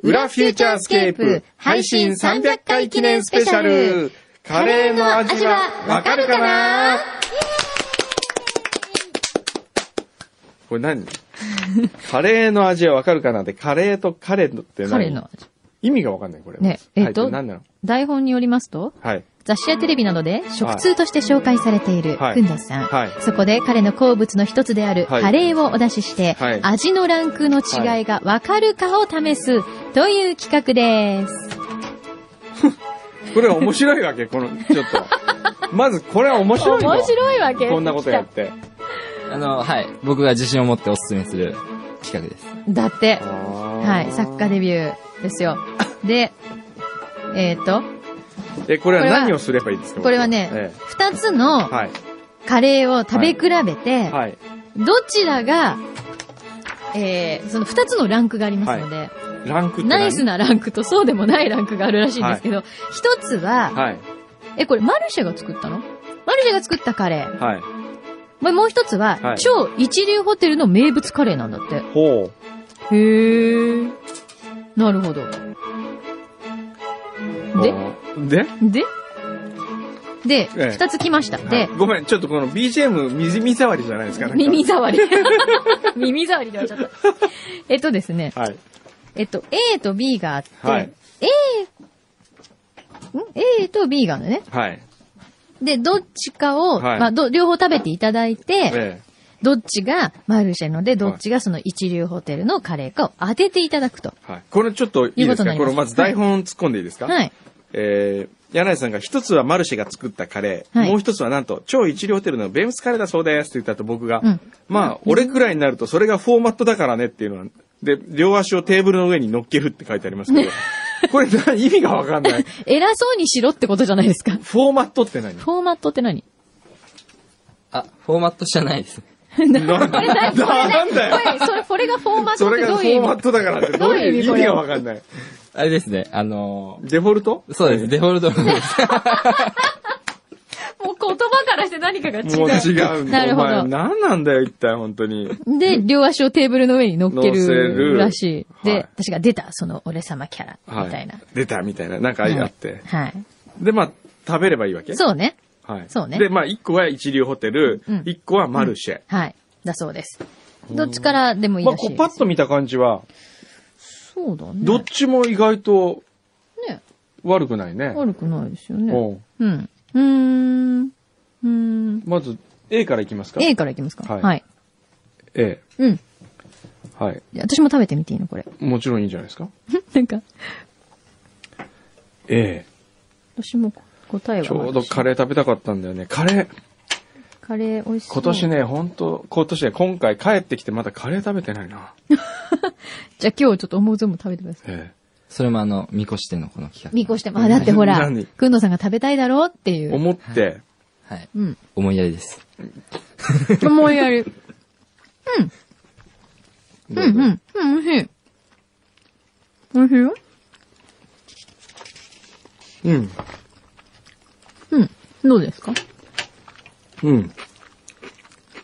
S4: 裏フューチャースケープ配信300回記念スペシャル。カレーの味はわかるかなこれ何カレーの味はわかるかなって、カレーとカレーって何
S3: 彼の味。
S4: 意味がわかんない、これ。
S3: ね
S4: え
S3: え
S4: っと。
S3: っと
S4: これ何なの
S3: 台本によりますと、
S4: はい。
S3: 雑誌やテレビなどで食通として紹介されている
S4: はい
S3: くんどさん、
S4: はい
S3: そこで彼の好物の一つである
S4: はい
S3: カレーをお出しして、
S4: はい
S3: 味のランクの違いがわかるかを試すという企画です。
S4: これは面白いわけ、この、ちょっと。まず、これは面白いの
S3: 面白いわけ
S4: こんなことやって。
S5: あの、はい。僕が自信を持っておすすめする企画です。
S3: だって、は、
S4: はい
S3: 作家デビューですよ。で、えっ、と、
S4: え、これは
S3: これは
S4: 何をすればいいですか
S3: これはね
S4: え
S3: 二つ
S4: え
S3: の
S4: はい。
S3: カレーを食べ比べて、
S4: はい。
S3: どちらが、えー、その二つのランクがありますので、
S4: ランクって何
S3: ナイスなランクとそうでもないランクがあるらしいんですけど、一つは、
S4: はい。
S3: え、これマルシェが作ったのマルシェが作ったカレー。
S4: はい。
S3: もうもう一つは、
S4: はい
S3: 超一流ホテルの名物カレーなんだって。へ
S4: ほ
S3: ー。なるほど。
S4: う。
S3: で、
S4: ほうで
S3: でで、
S4: ええ
S3: 二つ来ました。
S4: はい
S3: で、
S4: ごめん、ちょっとこの BGM 耳耳障りじゃないですかなんか
S3: 耳
S4: <laughs>
S3: 障り。耳障りではちょっと。えっとですね、
S4: はい。
S3: えっと、A と B があって、
S4: はい。
S3: ん ?A と B があるのね。
S4: はい。
S3: で、どっちかを、
S4: はい
S3: まあ、ど両方食べていただいて、
S4: え
S3: どっちがマルシェので、どっちがその一流ホテルのカレーかを当てていただくと。
S4: え。はい。これちょっといいですか
S3: いうことになります
S4: これまず台本突っ込んでいいですか
S3: はい。
S4: えー、柳井さんが一つはマルシェが作ったカレー、
S3: はい
S4: もう一つはなんと超一流ホテルのベムスカレーだそうですって言ったと僕が、
S3: うん
S4: まあ、俺くらいになるとそれがフォーマットだからねっていうのは、で、両足をテーブルの上に乗っけるって書いてありますけど、これ何意味がわかんない。
S3: 偉そうにしろってことじゃないですか。
S4: フォーマット
S3: <laughs>
S4: って何
S3: フォーマットって何
S5: あ、フォーマットじゃないです。
S4: <laughs> なんだなんだ
S3: こ
S4: よ
S3: れ、それ、これがフォーマット
S4: そ
S3: って
S4: れ
S3: ど
S4: が
S3: う
S4: フ
S3: い
S4: ォ
S3: う意
S4: ーマッ
S3: 味
S4: トだからってどういう意味がわかんない。
S5: あれですね、あの
S4: デフォルト
S5: ー、そうです、デフォルトのです。
S3: もう言葉からして何かが違
S4: もう
S3: う。
S4: 違うんだ。
S3: なるほど
S4: お前何なんだよ一体本当に。
S3: で、両足をテーブルの上に乗っけ
S4: 乗せる
S3: るらしい。で、
S4: はい
S3: 私が出た、その俺様キャラ、
S4: は
S3: みたいな。。
S4: 出たみたいな。なんかあって。
S3: はい。
S4: で、まあ、食べればいいわけ
S3: そうね。
S4: はい。
S3: そうね
S4: で、まあ、一個は一流ホテル
S3: うん、
S4: 一個はマルシェ。
S3: はい。だそうです。どっちからでもいい
S4: まあ、
S3: らし
S4: こ
S3: いで
S4: う
S3: す。
S4: パッと見た感じは、
S3: そうだね。
S4: どっちも意外と
S3: ね。
S4: 悪くないね。
S3: 悪くないですよね。
S4: うん
S3: うん。うーん。うーん。
S4: まず、A からいきますか
S3: A からいきますか。
S4: はい
S3: はい。
S4: A。
S3: うん。
S4: はい。
S3: 私も食べてみていいのこれ。 <laughs>
S4: もちろんいいんじゃないですか
S3: なんか、
S4: ?A。
S3: 私も答えは。
S4: ちょうどカレー食べたかったんだよね。カレー、
S3: カレー美味しそ
S4: 今
S3: う。
S4: 年。ね、ほんと、今年ね、今回帰ってきてまだカレー食べてないな。
S3: じゃあ今日ちょっと思う存分食べてください。
S4: え
S5: それもあの、見越してのこの企
S3: 見越しても、あ、だってほら
S4: 何、
S3: くんのさんが食べたいだろうってい
S4: え。
S3: う。
S4: 思って、
S5: 画。はい。
S3: うん。
S5: 思いやりです。
S3: 思いやり。う
S4: ど
S3: ん
S4: うぞ
S3: うん。うん、美味しい。美味しいよ。
S4: うん。
S3: うん。どうですか
S4: うん。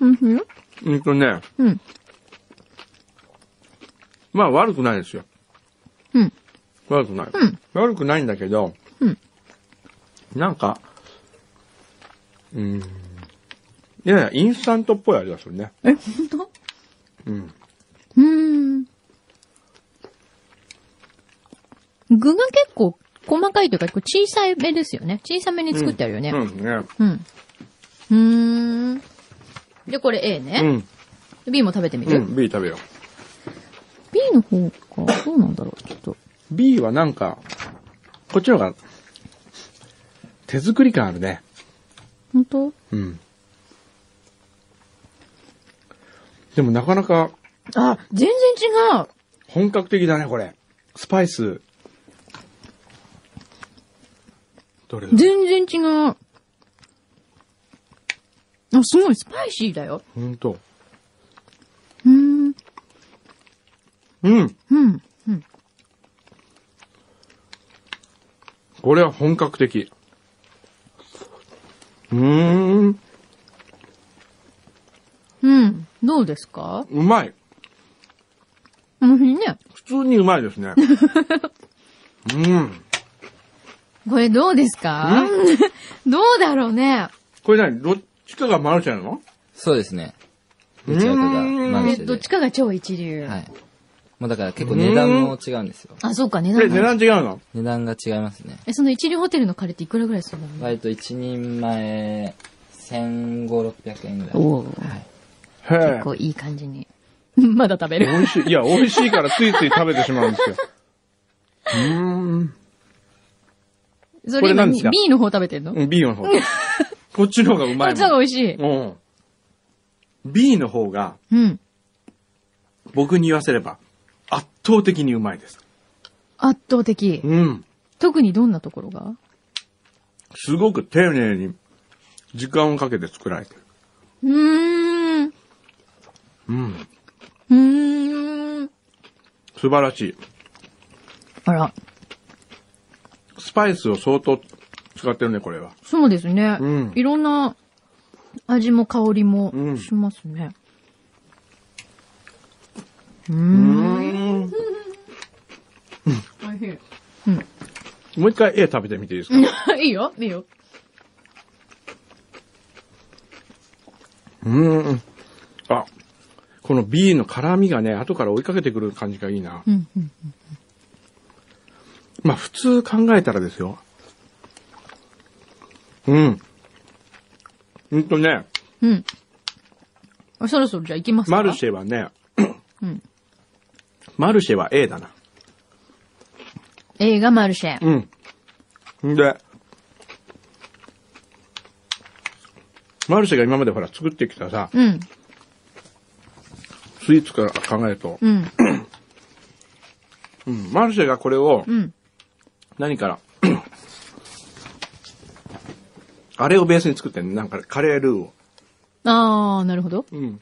S3: うんふん。
S4: うんとね、
S3: うん。
S4: まあ悪くないですよ。
S3: うん。
S4: 悪くない。
S3: うん
S4: 悪くないんだけど、
S3: うん
S4: なんか、うーん。いやいや、インスタントっぽい味がするね。
S3: え、ほんと
S4: うん。
S3: うーん。具が結構細かいというか、こう小さい目ですよね。小さめに作ってあるよね。
S4: うん、うんね。
S3: うん。うーん。で、これ A
S4: う
S3: ね。
S4: ん。
S3: B も食べてみ
S4: う
S3: る、
S4: ん、B 食べよ
S3: ?B の方か。どうなんだろうちょっと。
S4: う。B はなんか、こっちの方が、手作り感あるね。
S3: 本当
S4: うん。でもなかなか
S3: あ、全然違う。
S4: 本格的だね、これ。スパイス。どれだ
S3: 全然違う。あ、すごい、スパイシーだよ。
S4: ほんと。
S3: うーん。
S4: うん。
S3: うん。うん。
S4: これは本格的。うーん。
S3: うん。どうですか
S4: うまい。
S3: おいしいね。
S4: 普通にうまいです
S3: <laughs>
S4: ね。うん。
S3: これどうですか <laughs> どうだろうね。
S4: これ何どっちかがマルシェなの
S5: そうですね。どちらかがマル
S3: え
S5: シェで。
S3: どっちかが超一流。
S5: はい。もうだから結構値段も違うんですよ。
S3: あ、そうか、値
S4: これ
S3: 段
S4: 値
S3: が。
S4: 段違うの
S5: 値段が違いますね。
S3: え、その一流ホテルのカレーっていくらぐらいするの
S5: 割と一人前、1500、600円ぐらい。
S3: お
S5: は
S3: ー
S4: へ
S5: い。
S4: え
S3: 結。構いい感じに。 <laughs> まだ食べる。
S4: 美味しい。いや、美味しいからついつい食べてしまうんです
S3: <laughs>
S4: よ。うーん。
S3: そ
S4: これ
S3: れ今
S4: 何ですか
S3: B の方食べてんの、
S4: うん、B
S3: <laughs>
S4: の方。こっちの方がう
S3: こ
S4: まい
S3: っちの方
S4: も
S3: が
S4: ん。
S3: 美味しい。
S4: うん。B の方が、
S3: うん。
S4: 僕に言わせれば、圧倒的にうまいです。
S3: 圧倒的。
S4: うん。
S3: 特にどんなところが
S4: すごく丁寧に、時間をかけて作られてる。
S3: うーん。う
S4: うん。
S3: ーん。
S4: 素晴らしい。
S3: あら、
S4: スパイスを相当使ってるね、これは。
S3: そうですね。
S4: うん
S3: いろんな味も香りも
S4: うん
S3: しますね。
S4: うん。
S3: 美味しい。
S4: もう一回 A 食べてみていいですか
S3: <laughs> いいよ、いいよ。
S4: うん。あ、この B の辛味がね、後から追いかけてくる感じがいいな。
S3: うん、うん。
S4: まあ普通考えたらですよ。うん。うんとね、
S3: うん。あそろそろじゃあ行きますか
S4: マルシェはね、
S3: うん
S4: <clears throat> マルシェは A だな。
S3: 映画マルシェ。
S4: うん。んで、マルシェが今までほら作ってきたさ、
S3: うん。
S4: スイーツから考えると、
S3: うん。
S4: うん、マルシェがこれを
S3: うん。
S4: 何から、 <clears throat> あれをベースに作ってんのなんかカレールーを。
S3: あー、なるほど。
S4: うん。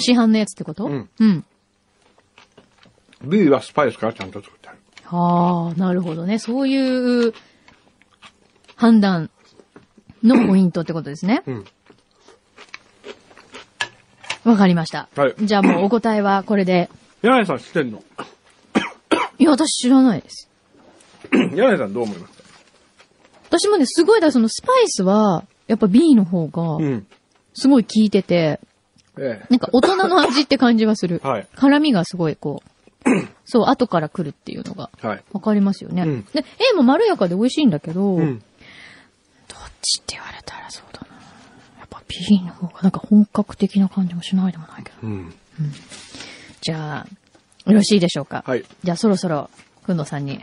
S3: 市販のやつってこと
S4: ん
S3: うん。
S4: B はスパイスからちゃんと作ってある。
S3: あー、なるほどね。そういう判断のポイントってことですね。
S4: うん。
S3: わかりました。
S4: はい
S3: じゃあもうお答えはこれで。
S4: 柳井さん知ってんの
S3: いや、私知らないです。
S4: <clears throat> 柳井さんどう思いますか
S3: 私もね、すごいだ、そのスパイスは、やっぱ B の方が、
S4: ん。
S3: すごい効いてて、
S4: ええ。
S3: なんか大人の味って感じはする。
S4: はい
S3: 辛味がすごいこ
S4: <clears throat>
S3: う、そう、後から来るっていうのが、
S4: はい。
S3: わかりますよね。
S4: うん
S3: で、A もまろやかで美味しいんだけど、
S4: うん。
S3: どっちって言われたらそうだな。やっぱ B の方がなんか本格的な感じもしないでもないけど。
S4: うん。
S3: じゃあ、よろしいでしょうか。
S4: はい。
S3: じゃあそろそろ、くんのさん
S4: <clears throat>
S3: に、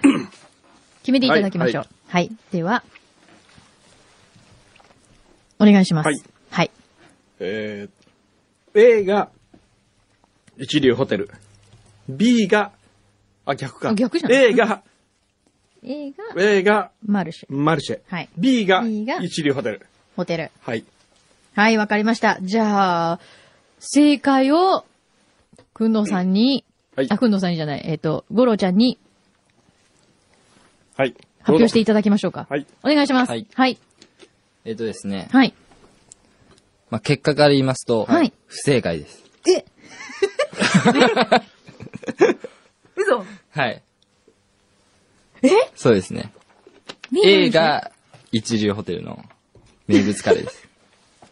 S3: 決めていただきましょう。はい、では、お願いします。
S4: はい。
S3: はい。
S4: えー、A が一流ホテル。B が、あ、逆か。
S3: あ逆じゃない
S4: A が、
S3: A が、
S4: A が
S3: マルシェ。
S4: マルシェ。
S3: はい
S4: B が
S3: B が
S4: 一流ホテル。
S3: ホテル。
S4: はい。
S3: はい、わかりました。じゃあ、正解を、くんのさんに、
S4: はい
S3: あ、くんのさんにじゃない、えっ、と、ゴロちゃんに
S4: はい。
S3: 発表して
S4: い
S3: いただきましょうか。
S4: はい。
S3: お願いします。は
S5: はいい。
S3: はい。
S5: えっとですね。
S3: はい。
S5: まあ、結果から言いますと、
S3: はい
S5: 不正解です。
S3: <laughs> え嘘
S5: はい。
S3: え
S5: そうですね。A が一流ホテルの名物カレ
S3: <laughs>
S5: ーです。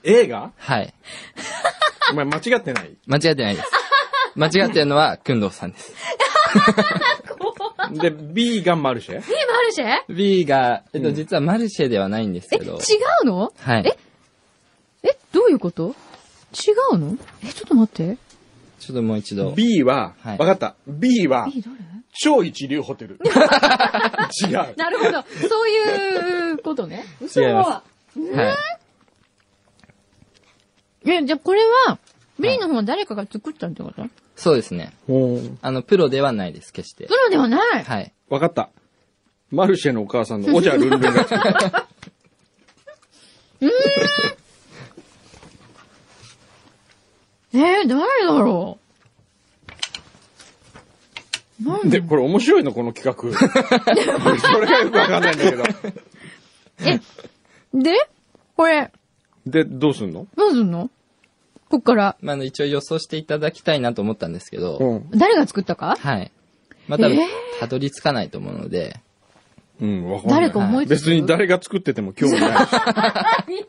S4: 映画
S5: はい。
S4: お前間違って
S3: <laughs>
S4: ない。
S5: 間違ってないです。間違ってるのは、くんどうさんです。
S4: で、B がマルシェ
S3: B マルシェえ
S5: B が、えっ
S4: う
S5: と、
S4: ん
S5: 実はマルシェではないんですけ
S3: 違
S5: ど、
S3: うの
S5: はい。
S3: ええどういうこと違うのえ、ちょっと待って。
S5: ちょっともう一度。
S4: ?B は、
S5: はい
S4: わかった。B は、
S3: B 誰
S4: 超一流ホテ
S3: <laughs>
S4: ル。違う。
S3: なるほど。そういうことね。嘘
S5: 違いまはい。
S3: え、じゃあこれは、B の方は誰かが作ったってこと
S5: そうですね。あの、プロではないです、決して
S3: プ。ロではない。
S5: はい。
S4: わかった。マルシェのお母さんのおじゃルンルンが <laughs> 作った。
S3: えー、誰だろうなん
S4: で、
S3: で
S4: これ面白いの、この企 <laughs> 画。それがよくわかんないんだけど。
S3: え、でこれ、
S4: で、どうすんの
S3: どうすんのこっから、
S5: まあ、あの、一応予想していただきたいなと思ったんですけど、
S4: うん。
S3: 誰が作ったか
S5: はい。まあ、多分
S3: えー、
S5: たどり着かないと思うので、
S4: うん、わかんない。
S3: 誰か思いつく
S4: 別に誰が作ってても興味ない。
S3: ひ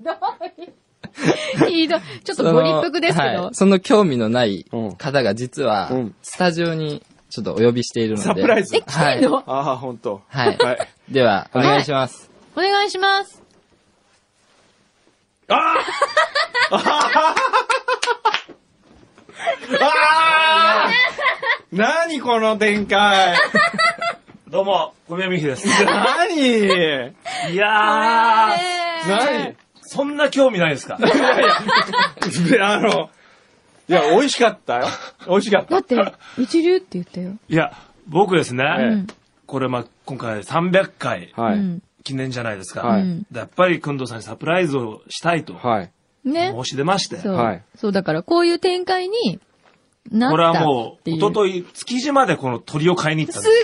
S3: どい。 <laughs> ひどい。ちょっとご立腹ですけ
S5: その
S3: ど
S5: はい。その興味のない
S4: うん
S5: 方が実は
S4: うん、
S5: スタジオにちょっとお呼びしているので。
S4: サプライズ
S3: え、来てんの、
S4: <laughs> ああ、ほんと。
S5: はい。
S4: は。
S5: はいい。では、お願いします。
S3: お願いします。
S4: ああああ <laughs> 何この展開
S2: <laughs> どうも、小宮美秀です。
S4: 何
S2: いやー、
S3: えー
S4: 何
S2: そんな興味ないですか
S4: で <laughs> あの、いや、美味しかったよ。美味しかっ
S3: だ
S4: た。
S3: って、一流って言ったよ。
S2: いや、僕ですね、
S4: ええ
S3: うん。
S2: これまあ、今回300回
S4: は
S3: う
S4: い。
S3: ん
S2: 記念じゃないですか。
S4: は
S3: う
S4: い
S3: ん
S2: でやっぱり、くんどうさんにサプライズをしたいと
S4: はい。
S3: ね。
S2: 申し出まして、
S3: そう。
S4: はい
S3: そう、だからこういう展開にな
S2: これ
S3: っ
S2: は
S3: た
S2: も
S3: って
S2: う、
S3: いう。
S2: 一昨日築地までこの鳥を買いに行ったん
S3: す
S2: で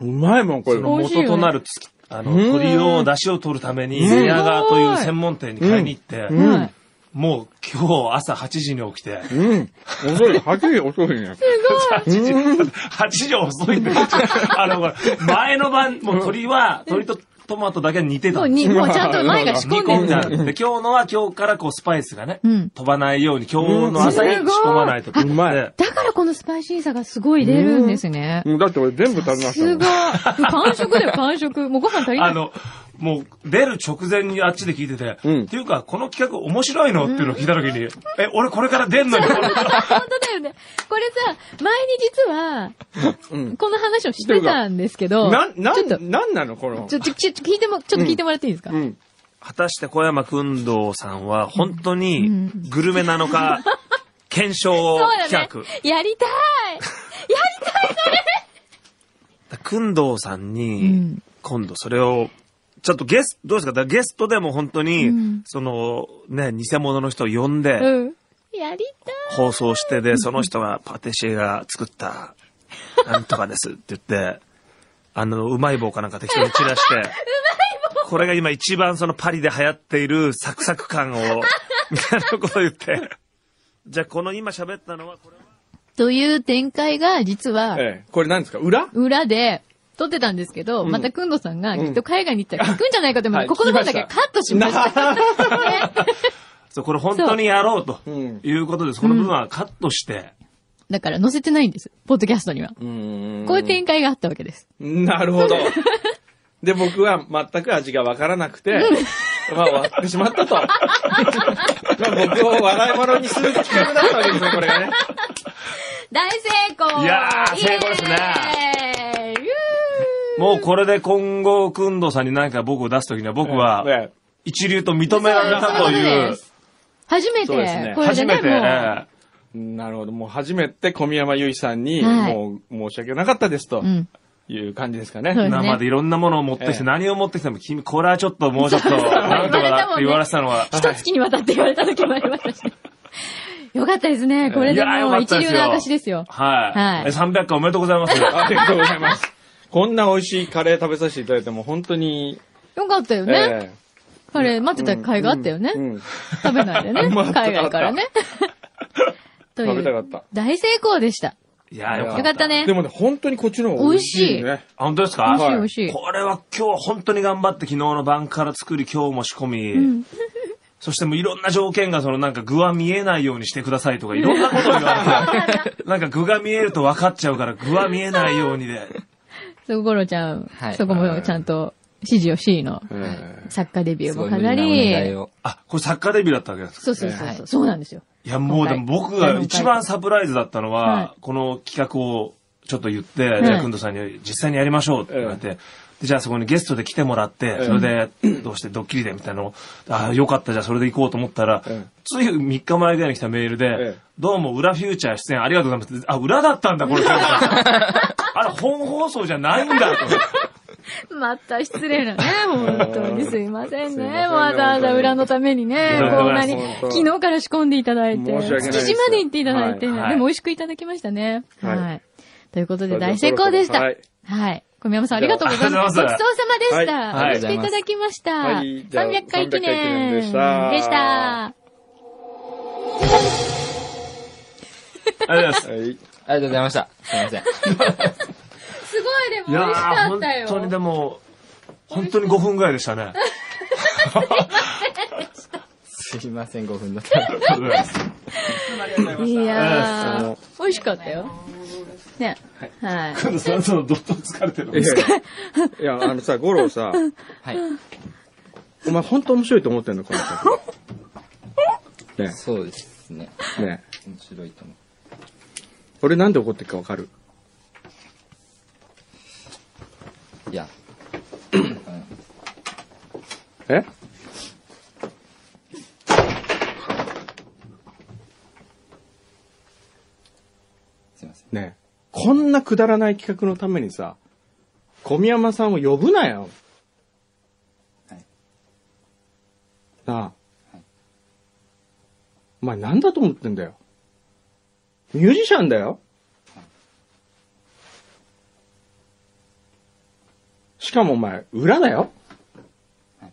S3: ご
S2: す。
S3: ーい。
S4: うまいもん、これ。
S2: その
S3: 美味しいよ
S2: 元
S3: ね
S2: となる月あの
S4: うーん
S2: 鳥を、出汁を取るために、
S4: すごい
S2: 寝屋川という専門店に買いに行って、
S4: うん
S3: はい
S2: もう今日朝8時に起きて、
S4: うん。遅い。はっきり遅いね。
S2: 8時遅いんで、あの、これ前の晩、もう鳥は、鳥とトマトだけ煮て
S3: も
S2: た
S3: うん
S2: です
S3: に、もうちゃんと前が仕
S2: 煮
S3: 込
S2: 込
S3: ん
S2: んで
S3: で
S2: あ
S3: る。
S2: る。で、今日のは今日からこうスパイスがね、
S3: うん
S2: 飛ばないように今日の朝に仕
S3: うん
S2: 込まないと。
S4: うまい
S2: で
S3: だからこのスパイシーさがすごい出るんですね。
S4: うんだって俺全部食べましたも
S3: す
S4: ん <laughs>
S3: ごい。完食だよ、完食。もうご飯足りな
S2: あ
S3: い。
S2: の、もう出る直前にあっちで聞いてて、
S4: うん
S2: っていうか、この企画面白いのっていうのを聞いたときに、え、俺これから出ん <laughs> のに。
S3: 本当だよね。これさ、前に実は、
S4: うん
S3: この話をしてたんですけど、
S4: な、な
S3: ちょっと、
S4: ん、なんなのこの
S3: ち。ょ、ちょ、ちょ、聞いても、ちょっと聞いてもらっていいですか、
S4: うん。
S2: 果たして小山くんどうさんは本当に
S3: うん
S2: グルメな
S3: <laughs>
S2: のか、検
S3: そう
S2: 証
S3: だ
S2: 企
S3: ね
S2: 画。。
S3: やりたい
S2: くんどうさん
S3: う
S2: に
S3: ん、
S2: 今度それを、ちょっとゲスト、どうですかだからゲストでも本当に、
S3: うん
S2: その、ね、偽物の人を呼
S4: <laughs>
S2: んで、
S3: うん。やりたい
S2: 放送して、で、その人が、パティシエが作った、なんとかですって言って、あの、うまい棒かなんか適当に散らして、これが今一番そのパリで流行っているサクサク感を、みたいなことを言って、じゃあこの今喋ったのは、これは、
S3: という展開が実は、
S4: ええ。これ何ですか裏
S3: 裏で撮ってたんですけど、またくんどさんがきっと海外に行ったら聞くんじゃないかと思っ
S4: <laughs> はい
S3: て、ここの分だけ
S4: 聞きまし
S3: カットし
S4: <laughs>
S3: ました。
S2: そう、これ本当にやろうと
S4: うん
S2: いうことです。この部分はカットして、
S3: だから載せてないんです。ポッドキャストには。
S4: うん
S3: こういう展開があったわけです。
S4: なるほど。で、僕は全く味がわからなくて、まあ終わってしまった
S3: <laughs>
S4: と。まあ僕を笑い物にする企画だったわけですね、これがね。
S3: 大成功
S2: いやー成功ですね
S3: ね
S2: もうこれで今後、くんどさんに何か僕を出すときには、僕は
S4: ね
S2: 一流と認められたという、
S3: 初めて、
S4: そうですね
S3: これで
S2: 初
S3: ね、
S2: めて、ええ
S4: なるほど。もう初めて小宮山由衣さんに、
S3: はい
S4: もう申し訳なかったですと
S3: もう、うん。
S4: いう感じですか
S3: そう
S4: ね。
S3: ですね
S2: 今までいろんなものを持ってき
S4: ええ
S2: て、何を持ってきても、君、これはちょっともうちょっと、なんとかだって言われてたのは、
S3: 一月にわたって言われた時もありましたし。よかったですね。これ
S2: い
S3: で
S2: やーよ
S3: も
S2: か
S3: う
S2: った
S3: 一
S2: です
S3: 流
S2: よ
S3: の証ですよ。
S2: はい。
S3: はい
S2: え300回おめでとうございます。
S4: ありがとうございます。こんな美味しいカレー食べさせていただいても本当に、
S3: よかったよ
S4: え
S3: ね。
S4: え
S3: カレー待ってた甲斐があったよね。
S4: うんうん
S3: 食べないでね。
S4: 待ってた
S3: 海外からね。と
S4: 食
S3: い
S4: べたかっ
S3: う、
S4: た。
S3: 大成功でした。
S2: いやー、よかった。
S3: よかった。ね
S4: で。もね、本当にこっちの方が美味しい
S3: 美
S4: ね。
S2: あ、本当ですか
S3: 美味しい
S4: はい
S3: 美味しい。
S2: これは今日は本当に頑張って昨日の晩から作り今日も仕込み、
S3: <laughs>
S2: そしてもういろんな条件がそのなんか具は見えないようにしてくださいとかいろんなこと
S3: <laughs>
S2: を言われて、なんか具が見えると分かっちゃうから具は見えないようにで。
S3: そう、ゴロちゃん、
S5: はい
S3: そこもちゃんと指示を C の
S4: え
S3: 作家デビュー
S5: すご
S3: も
S5: い無理
S3: 飾
S5: なお願い
S3: り、
S5: を。
S2: あ、これ作家デビューだったわけですか
S3: そうそうそう
S5: は
S3: そう、
S5: い
S3: そうなんですよ。
S2: いや、もうでも僕が一番サプライズだったの
S3: は
S2: は、この企画をちょっと言って、
S3: い
S2: じゃあ、くんどさんに実際にやりましょうって言われて、でじゃあそこにゲストで来てもらって、それで、 <clears throat> どうしてドッキリでみたいなのを、ああ、よかった、じゃあそれで行こうと思ったら
S4: ええ、
S2: つい3日前ぐらいに来たメール
S4: え
S2: で
S4: え、
S2: どうも裏フューチャー出演ありがとうございます。あ、裏だったん
S3: <laughs>
S2: だ、これ。あれ、本放送じゃないんだ、と。
S3: また失
S4: <laughs>
S3: 礼なね、本当にすいませ
S4: す
S3: ん
S4: いません
S3: ね。
S4: ね
S3: わざわざ裏のためにね、
S2: 本当
S3: こんなに
S4: 本、当
S3: 昨日から仕込んでいただいて、
S4: 申し訳ないです
S3: 7時まで行っていただいて、で
S2: はいはい
S3: も美味しくいただきましたね。
S4: はい
S3: はい。ということ
S4: え
S3: で大成功でした。
S4: は
S3: はい
S4: い。。
S3: 小宮山さんありがとうございます。ご
S2: あ
S3: ちそ
S2: り
S3: うさ
S2: がと
S3: までした。
S4: はい
S5: はい
S3: 美味しくいただきました。
S4: はいじゃあ
S3: 300回
S4: 300回記
S3: 記念
S4: 念でした
S3: でした
S2: ありがとうございます。
S4: はい。
S5: ありがとうございました。すいません。 <laughs>
S3: すごい、でも
S2: い
S3: 美
S2: や
S3: 味し
S2: ー
S3: かった
S2: 本
S3: よ。
S2: 当にでも、本当に5分ぐらいでし
S3: <laughs>
S2: たね。
S5: すいません、5分だった。
S2: ありがとうございます
S3: いや
S4: あ
S3: ー
S4: の、
S3: 美味しかったよ。ね。はい。
S2: くんどさん、その、どっと疲れてるん
S4: い
S2: です
S4: やいやいや、あのさ、ゴロさ、
S3: <laughs>
S5: はい。
S4: お前本当面白いと思ってんのこの作品。ね
S5: そうですね。
S4: え、ねえ。
S5: 面白いと思う。
S4: 俺なんで怒ってるかわかる
S5: いや、
S4: え
S5: すいません。
S4: ねえ。こんなくだらない企画のためにさ、小宮山さんを呼ぶなよ。
S5: はい
S4: なあ
S5: はい。
S4: お前なんだと思ってんだよ。ミュージシャンだよ。しかもお前、裏だよ
S5: はい。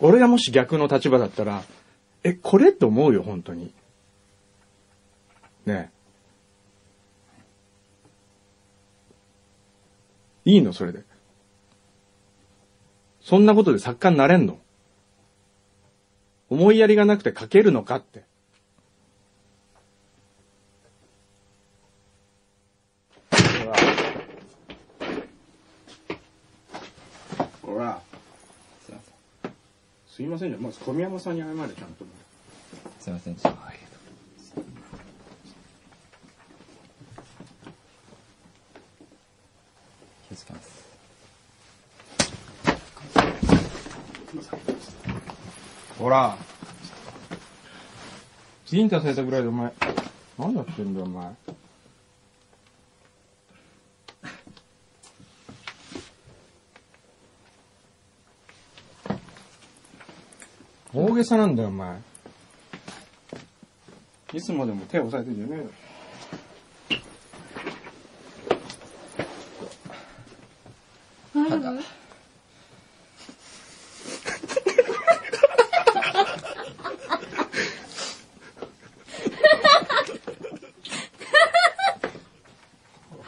S4: 俺がもし逆の立場だったら、え、これって思うよ、本当に。ねえ。いいの、それで。そんなことで作家になれんの思いやりがなくて書けるのかって。ほら。ほら。すいませんじゃ、まず小宮山さんに謝れ、ちゃんと。
S5: すいません。ちょっと
S3: <laughs>
S5: 気をつけます。
S4: ほら。インターされたぐらいでお前、何やってんだよお前。大げさなんだよお前。いつまでも手を押さえてんじゃねえよ。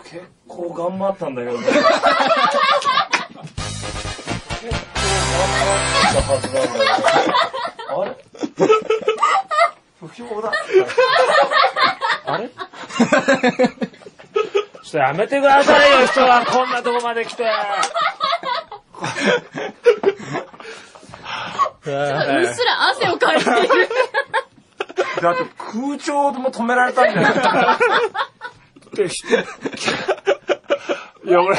S2: 結構頑張ったんだけどね。結構頑張ったはずなんだけど。あれ不評だ。あ <laughs> れちょっとやめてくださいよ、人は。こんなとこまで来て。
S3: うっすら汗をかい <laughs> ている。
S2: だって空調も止められたんだよ。
S4: <laughs>
S2: でひいや、俺、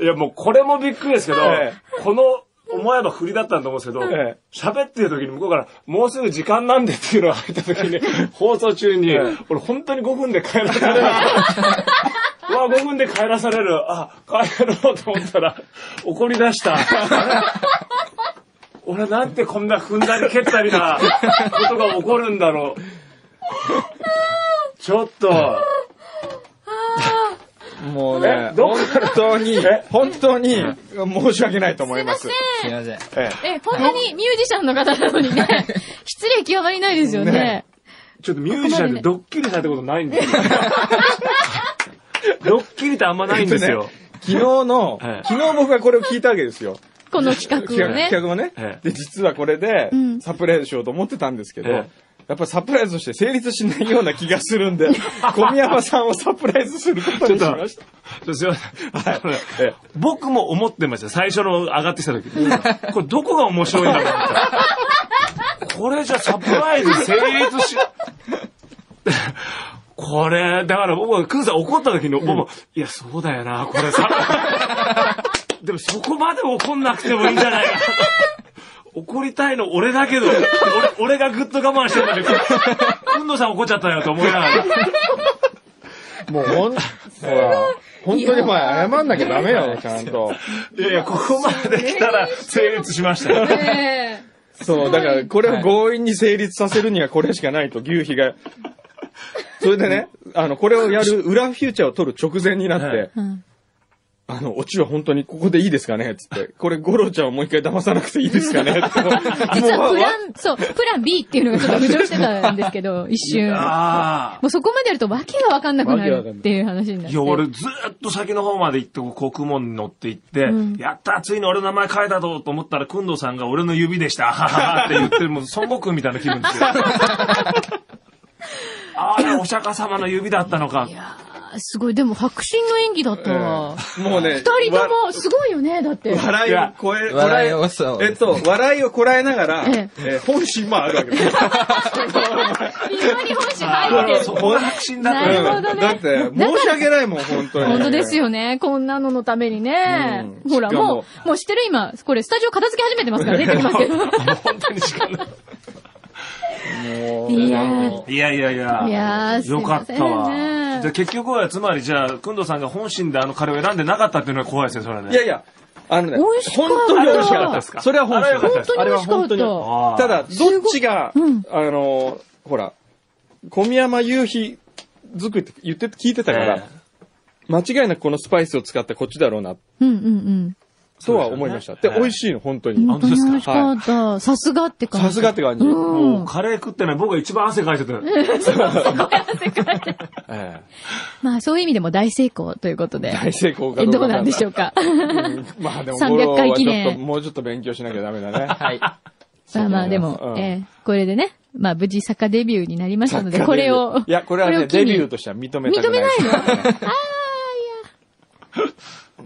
S2: いやもうこれもびっくりですけど、
S4: え
S2: この、お前の振りだったんだと思うんですけど
S4: ええ、
S2: 喋、ってる時に向こうから、もうすぐ時間なんでっていうのが入った時に、放送中に、俺本当に5分で帰らさ
S4: <laughs>
S2: れる。うわ、5分で帰らされる。あ、帰ろうと思ったら、怒り
S4: <laughs>
S2: 出した。俺なんてこんな踏んだり蹴ったりなことが起こるんだろう。ちょっと、 <laughs>
S5: もうね、
S4: 本当に、本当に申し訳ないと思います。
S5: すいません。
S4: え
S3: え、こんなにミュージシャンの方なのにね、失礼極まりないですよね
S4: ね。
S2: ちょっとミュージシャンでドッキリされたことないんです <laughs> よ。ドッキリってあんまないんですよ。
S4: え昨日の、
S2: <laughs> はい
S4: 昨日僕がこれを聞いたわけです
S3: <laughs>
S4: よ。
S3: この企
S4: 企
S3: 画を
S4: 画企
S3: ね。
S4: 画をね
S2: え。え
S4: で、実はこれで
S3: うん
S4: サプライズしようと思ってたんですけど、
S2: ええ
S4: やっぱサプライズとして成立しないような気がするん
S2: <laughs>
S4: で、小宮山さんをサプライズすることにしました。
S2: そうすいません
S4: はいええ
S2: <laughs> 僕も思ってました。最初の上がってきた <laughs> 時。これどこが面白いんだろうと思ったこれじゃサプライズ成立し、 <laughs> これ、だから僕はクンさん怒った時に、僕も、いや、そうだよな、これさ。 <laughs> でもそこまで怒んなくてもいいんじゃないか <laughs> な。怒りたいの俺だけど、俺、俺がぐっと我慢してたんだけど、 <laughs> くんのさん怒っちゃったよと思いながら。
S4: もうほ <laughs> ん、ほら、本当にお前謝んなきゃダメよ、ちゃんと。
S2: いやいや、ここまで来たら成立しましたよ。
S3: え
S4: そう、だからこれを強引に成立させるにはこれしかないと、牛皮が。それでね、あの、これをやる裏フューチャーを取る直前になっ
S2: は
S4: て
S2: い、
S3: えうん
S4: あの、オチは本当にここでいいですかねつって。これ、ゴロちゃんをもう一回騙さなくていいですかねってもう
S3: <laughs> 実は
S4: もう
S3: プラン、そう、プラン B っていうのがちょっと浮上してたんですけ <laughs> ど、一瞬。
S2: ああ。
S3: もうそこまでやると訳がわかんなくなるっていう話になって。
S2: いや、俺ずーっと先の方まで行って、こう国門に乗って行って、
S3: うん
S2: やったついに俺の名前書いたぞと思ったら、くんどさんが俺の指でした、あはははって言ってる、もう孫悟空みたいな気分です
S3: <laughs>
S2: よ。あれ、お釈迦様の指だったのか
S3: い。やーすごい。でも、迫真の演技だった <laughs> わ。
S4: もうね、
S3: 二人とも、すごいよね、だって。
S4: わ笑いをこえ、
S5: 笑いをそう
S4: えっと、笑いをこらえながら、
S3: え
S4: えー本心もあるわけです。
S3: 非常に本心入 <laughs> ってる。
S2: そこが確信だっ
S3: なるほどね
S4: だって、申し訳ないもん、本当に。
S3: 本当ですよね。こんなののためにね。
S4: うん
S3: ほら、
S4: しかも
S3: もう、もうしてる今、これスタジオ片付け始めてますか
S4: <laughs>
S3: ら出てきますけど。
S2: 本当にしかない。
S3: いやー、
S2: いやいやいや。
S3: いやーすい
S2: よか
S3: ま
S2: っ
S3: せん
S2: たわ。
S3: ね
S2: じゃあ結局は、つまりじゃあ、くんどさんが本心であの彼を選んでなかったっていうのは怖いですよ、それはね。
S4: いやいや、あのね、
S3: 美味しかっ
S4: 本
S3: た
S4: 当に美
S2: よろ
S4: 味し
S2: し
S4: か
S2: か
S4: っ
S2: っ
S4: た
S2: たで
S4: ですす
S2: か
S4: か。それは本
S2: あれは良
S4: 心
S2: か
S4: で
S2: っ
S4: す。
S3: 本当に美味しかった。
S2: あー
S4: ただ、どっちが、
S3: うん
S4: あのー、ほら、小宮山夕日作りって言って、聞いてたから、
S2: え
S4: 間違いなくこのスパイスを使ったこっちだろうな、
S3: うんうん
S4: とは思いました。で、
S2: そうですよね
S4: 美味しいの、本当
S3: うん。
S4: に。
S3: 本当に美味しかった。さすがって感じ。
S4: さすがって感じ。
S3: うん
S2: もうカレー食ってない僕が一番汗かいてて。
S4: ええ
S3: まあそういう意味でも大成功ということで。
S4: 大成功か
S3: え
S4: どうか
S3: どうなんでしょ
S4: う。<laughs>
S3: うか。
S4: まあでも、
S3: 300
S4: ゴロ
S3: 回
S4: は
S3: 記
S4: ち
S3: 念
S4: ょっと、もうちょっと勉強しなきゃダメだ
S3: <laughs>
S4: ね。
S5: はい。
S3: まあまあで
S4: う
S3: も、
S4: ん
S3: えーこれでね、まあ無事作家デビューになりましたので、
S4: 作家
S3: こ
S4: デビ
S3: れ
S4: ュー
S3: を。
S4: いや、これは
S3: を
S4: ね、
S3: 機
S4: デ
S3: に
S4: ビューとしては認めた
S3: 認
S4: く
S3: め
S4: ないで
S3: ない
S4: す
S3: のああ、いや。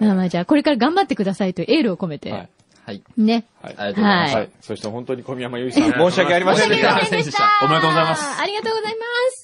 S3: まあまあじゃあ、これから頑張ってくださいというエールを込めて。
S4: はい
S5: はい。
S3: ね。
S4: はい
S5: ありがとうございます。
S3: は
S4: <laughs>
S3: い
S4: はい。そして本当に小宮山由依さん、申し訳ありませんでした。
S5: 申し訳ありませんでした
S3: あー
S2: おめでとうございます。
S3: ありがとうございます。